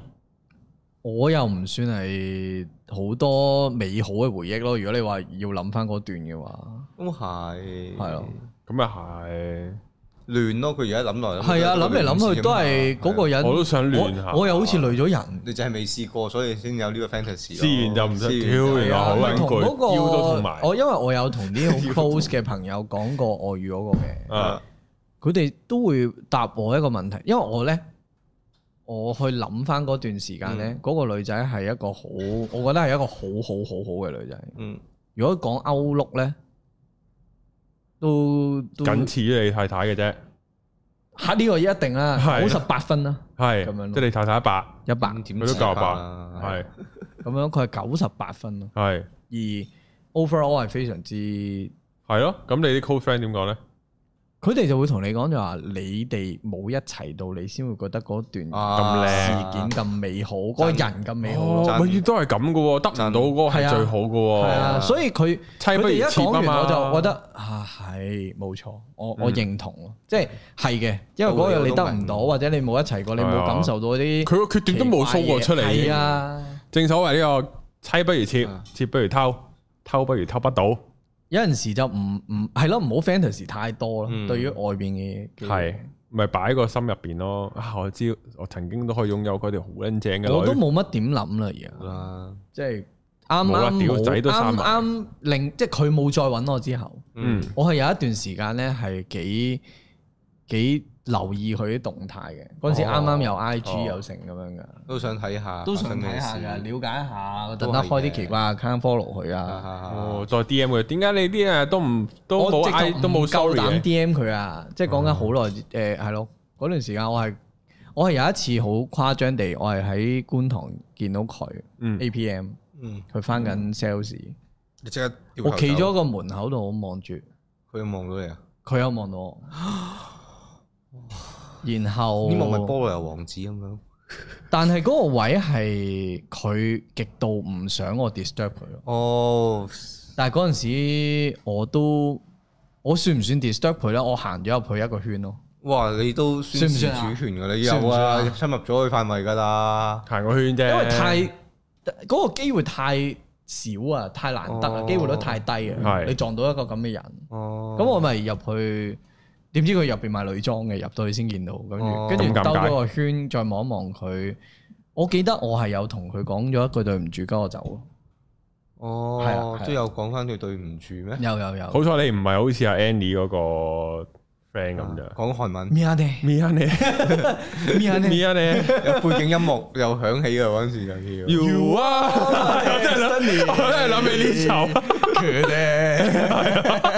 我又唔算係好多美好嘅回憶咯。如果你話要諗翻嗰段嘅話，都係係咯，咁又係，亂咯。佢而家諗來去係啊，諗嚟諗去都係嗰個人，我都想亂下我我又好似累咗人，你就係未試過，所以先有呢個 fantasy 咯。試完就唔試得，完屌原來啊好撚啊同攰，嗰個腰都痛埋。我因為我 有同啲好 close 嘅朋友講過外語嗰個嘅。啊，佢哋都會答我一個問題，因為我呢，我去諗翻嗰段時間嗯呢，嗰、個女仔係一個好，我覺得係一個好好好好嘅女仔。嗯，如果講歐陸呢，都都僅次於你太太嘅啫，嚇呢個一定啦，係九十八分啦，咁樣咯係，即係你太太一百，一百咁咁點佢都夠吧吧？係樣，佢係九十八分咯。係而 overall 係非常之，係咯。咁你啲 cold friend 點講咧？佢哋就會同你講就話，你哋冇一齊到，你先會覺得嗰段啊事件咁美好，嗰個人咁美好咯。哦永遠都係咁嘅喎，得唔到嗰個真係最好係嘅啊，所以佢妻佢哦不如哋一妾講啊完嘛嗯我就覺得啊係冇錯，我我認同咯，即係係嘅，因為嗰樣你得唔到，或者你冇一齊過，你係冇啊感受到啲喎。佢個缺點都冇 show 過出嚟。係啊，正所謂呢個妻不如妾啊，妾不如偷，偷不如偷不到。有陣時就唔唔係咯，唔好 fantasy 太多嗯咯。對於外邊嘅嘢係，咪擺個心入邊咯？啊，我知，我曾經都可以擁有嗰條好撚正嘅女，我都冇乜點諗啦，而家啦，即係冇啦啱啱屌冇仔都生啱埋啱令即係佢冇再揾我之後，嗯，我係有一段時間咧係幾幾留意佢啲動態嘅。嗰陣時哦啱啱有 IG 哦有成咁樣噶。都想睇下，都想睇下㗎，㗎。了解下，我特都係登開啲奇怪 account follow 佢啊。哦，再 D M 佢，點解你啲啊都唔都我冇直頭 I 唔都冇夠 sorry 膽嘅？嗯 DM 佢啊！即係講緊好耐，誒係咯。嗰段時間我係我係有一次好誇張地，我係喺觀塘見到佢嗯 APM，嗯，佢翻緊 sales，你即刻掉頭我走企咗，個門口度我望住佢有望到你啊！佢，有望到 我，然後呢幕咪菠蘿油王子咁樣，但係嗰個位係佢極度唔想我 disturb 佢咯。哦，但係嗰陣時我都我算唔算 disturb 佢咧？我行咗入去一個圈咯，哇！你都宣示算唔算啊主權㗎，你算有唔算啊，啊入侵入咗佢範圍㗎啦。行個圈啫，因為太嗰、個機會太少啊，太難得啊哦，機會率太低啊係，你撞到一個咁嘅人，哦，咁我咪入去。點知佢入邊賣女裝嘅，入到去先見到，跟哦住跟住咁尷尬兜咗個圈，再望一望佢，我記得我係有同佢講咗一句對唔住，跟我走咯。係啊哦係，啊都有講翻佢對唔住咩？有有有，好彩你唔係好似阿 Annie 嗰個 friend 咁啫。講韓文， 咩啊你？咪啊你，咩啊 你？咪啊你有背景音樂又響起啊！嗰陣時就要。 ，You 啊！我 真係諗，我真係諗起呢首。佢哋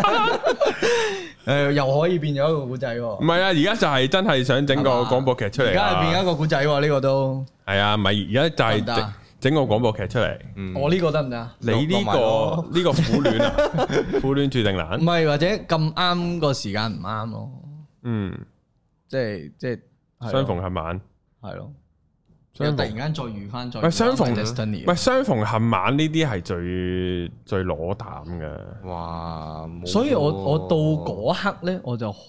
誒又可以變咗一個古仔唔喎。係啊，而家就係真係想整個係嘛廣播劇出嚟而家係變咗啊一！個古仔喎，呢個都係啊，咪而家就得係唔得整啊嗯整個廣播劇出嚟。我呢個得唔得啊？你呢落埋個咯呢個苦戀 啊，苦戀注定難唔。係或者咁啱個時間唔啱咯，嗯，即係即係係咯啊相逢恨晚。係咯，相逢突然間再遇翻再喂相逢 Destiny，喂，相逢恨晚呢啲係最最攞膽嘅。哇！冇所以我我到喎嗰刻咧，我就好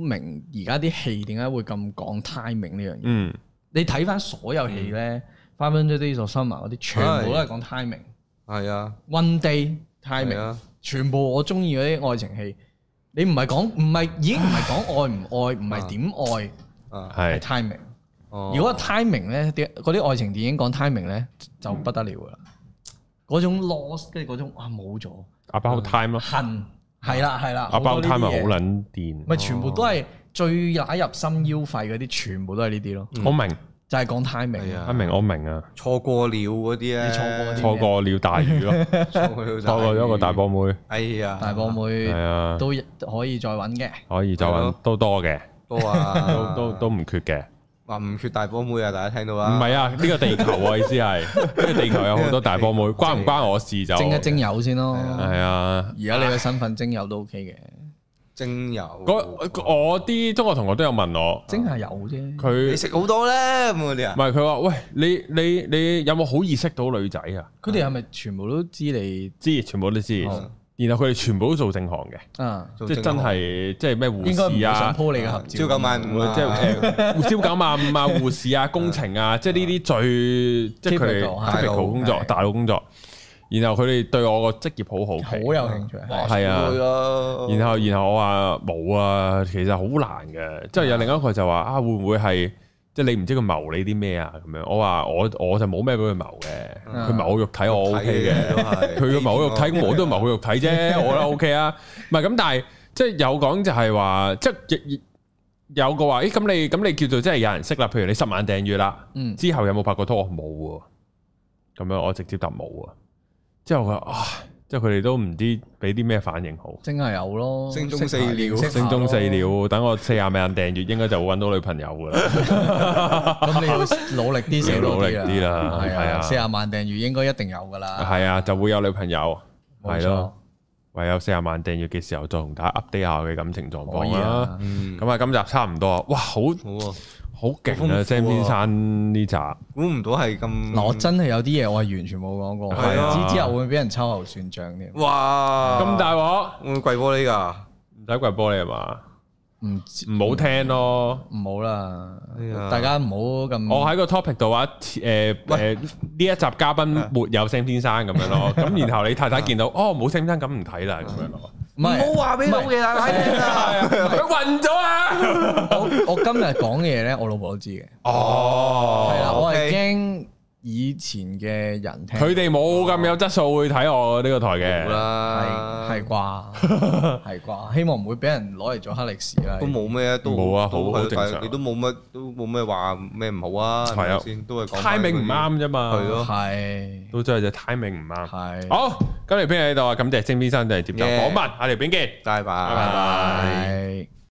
明而家啲戲點解會咁講 timing 呢樣嘢。嗯，你睇翻所有戲咧，《Five Hundred Days of Summer》嗰啲，全部都係講 timing。係啊， One Day 係 timing，啊，全部我中意嗰啲愛情戲。你唔係講唔係已經唔係講愛唔愛，唔係點啊，愛，係係 timing。哦如果 timing 咧，啲嗰啲愛情電影講 timing 咧，就嗯不得了噶啦。嗰種 loss 跟住嗰種啊冇咗，About Time 咯恨，係啦係啦。 ，About 嗯多呢啲 Time 啊好嘢撚癲。咪全部都係最揦入心腰肺嗰啲，全部都係呢啲咯，我明，就係講 timing。係啊阿明我明嗯啊，錯過了嗰啲咧，你錯嗯過嗰啲錯過了大雨咯，錯過了，錯過咗個大。波妹，哎呀，大波妹係啊，嗯都可以再揾嘅，可以就揾都多嘅，多都啊，都都唔缺嘅。話唔缺大波妹啊！大家聽到唔啊？係啊，呢個地球我意思係，呢個地球有好多大波妹，關唔關我事就蒸一蒸油先咯。啊係啊。而家你嘅身份蒸油都 OK 嘅，精油，嗰我啲中學同學都有問我，蒸下油啫。佢你食好多咧咁嗰啲唔啊？係佢話喂你你你有冇好意識到女仔啊？佢哋係咪全部都知你知全部都知，哦然後佢哋全部都做正行嘅，啊？即係真係即係咩應該護唔會士想啊。鋪你嘅合照。朝九晚五啊，即 係誒，朝九晚五啊，護士啊，工程 啊，即係呢啲最即係佢 Typical，哋大佬 typical 工作，係大佬工作。然後佢哋對我個職業好好好奇，有興趣，係啊會。咯。然後然後我話冇啊，其實好難嘅。之後有另一個就話啊，會唔會係即係你唔知佢謀你啲咩啊咁樣？我話我我就冇咩俾佢謀嘅，嗯佢謀我肉體我 O K 嘅。嘅佢嘅謀我肉體，咁我都謀佢肉體 啫，我覺得 O K 啊。唔係咁，但係即係有講就係話，即係亦亦有個話，咦咁你咁你叫做真係有人識啦。譬如你十萬訂閱啦，嗯之後有冇拍過拖？我冇喎。咁樣我直接答冇啊。之後佢話啊，即係佢哋都唔知俾啲咩反應好。蒸下油咯，精忠四料識下星中四。了，等我四廿萬訂閱，應該就會揾到女朋友噶啦。咁你要努力啲寫多要 啲努力啲啦係係啊啊，四廿萬訂閱應該一定有噶啦。係啊，就會有女朋友，冇錯係咯。唯有四廿萬訂閱嘅時候，再同大家 update 下我嘅感情狀可以況啦啊。。嗯，咁啊，今集差唔多啊！哇，好好啊，好勁好豐富啊啊！Sam 先生呢集估唔到係咁。嗱，我真係有啲嘢我係完全冇講過，係啊知之後會俾人秋後算帳添，哇咁大鑊，會唔會貴玻璃噶？唔使跪玻璃係嘛？唔知唔好聽咯！唔好啦哎呀，大家唔好咁。我喺個 topic 度話誒誒呢一集嘉賓沒有 Sam 先 生咁樣咯，咁然後你太太見到哦冇 Sam 先生咁唔睇啦咁樣咯，唔係話俾老嘅大家 聽啊！佢暈咗啊！我我今日講嘅嘢咧，我老婆都知嘅，哦，係啦，我係 OK 驚以前嘅人聽，佢哋冇咁有質素會睇我呢個台好嘅，啦，係係啩， 係啩，希望唔會俾人攞嚟做黑歷史啦都。冇咩，都冇啊好都好係正常你都冇乜，都冇咩話咩唔好啊，係係啊咪先？都係講翻 timing 唔啱啫嘛，係咯係都真係隻 timing 唔啱。係，好，今條片喺度啊，感謝 Sam 先生就嚟接受 Yeah 訪問，下條片見，大把。拜拜。係。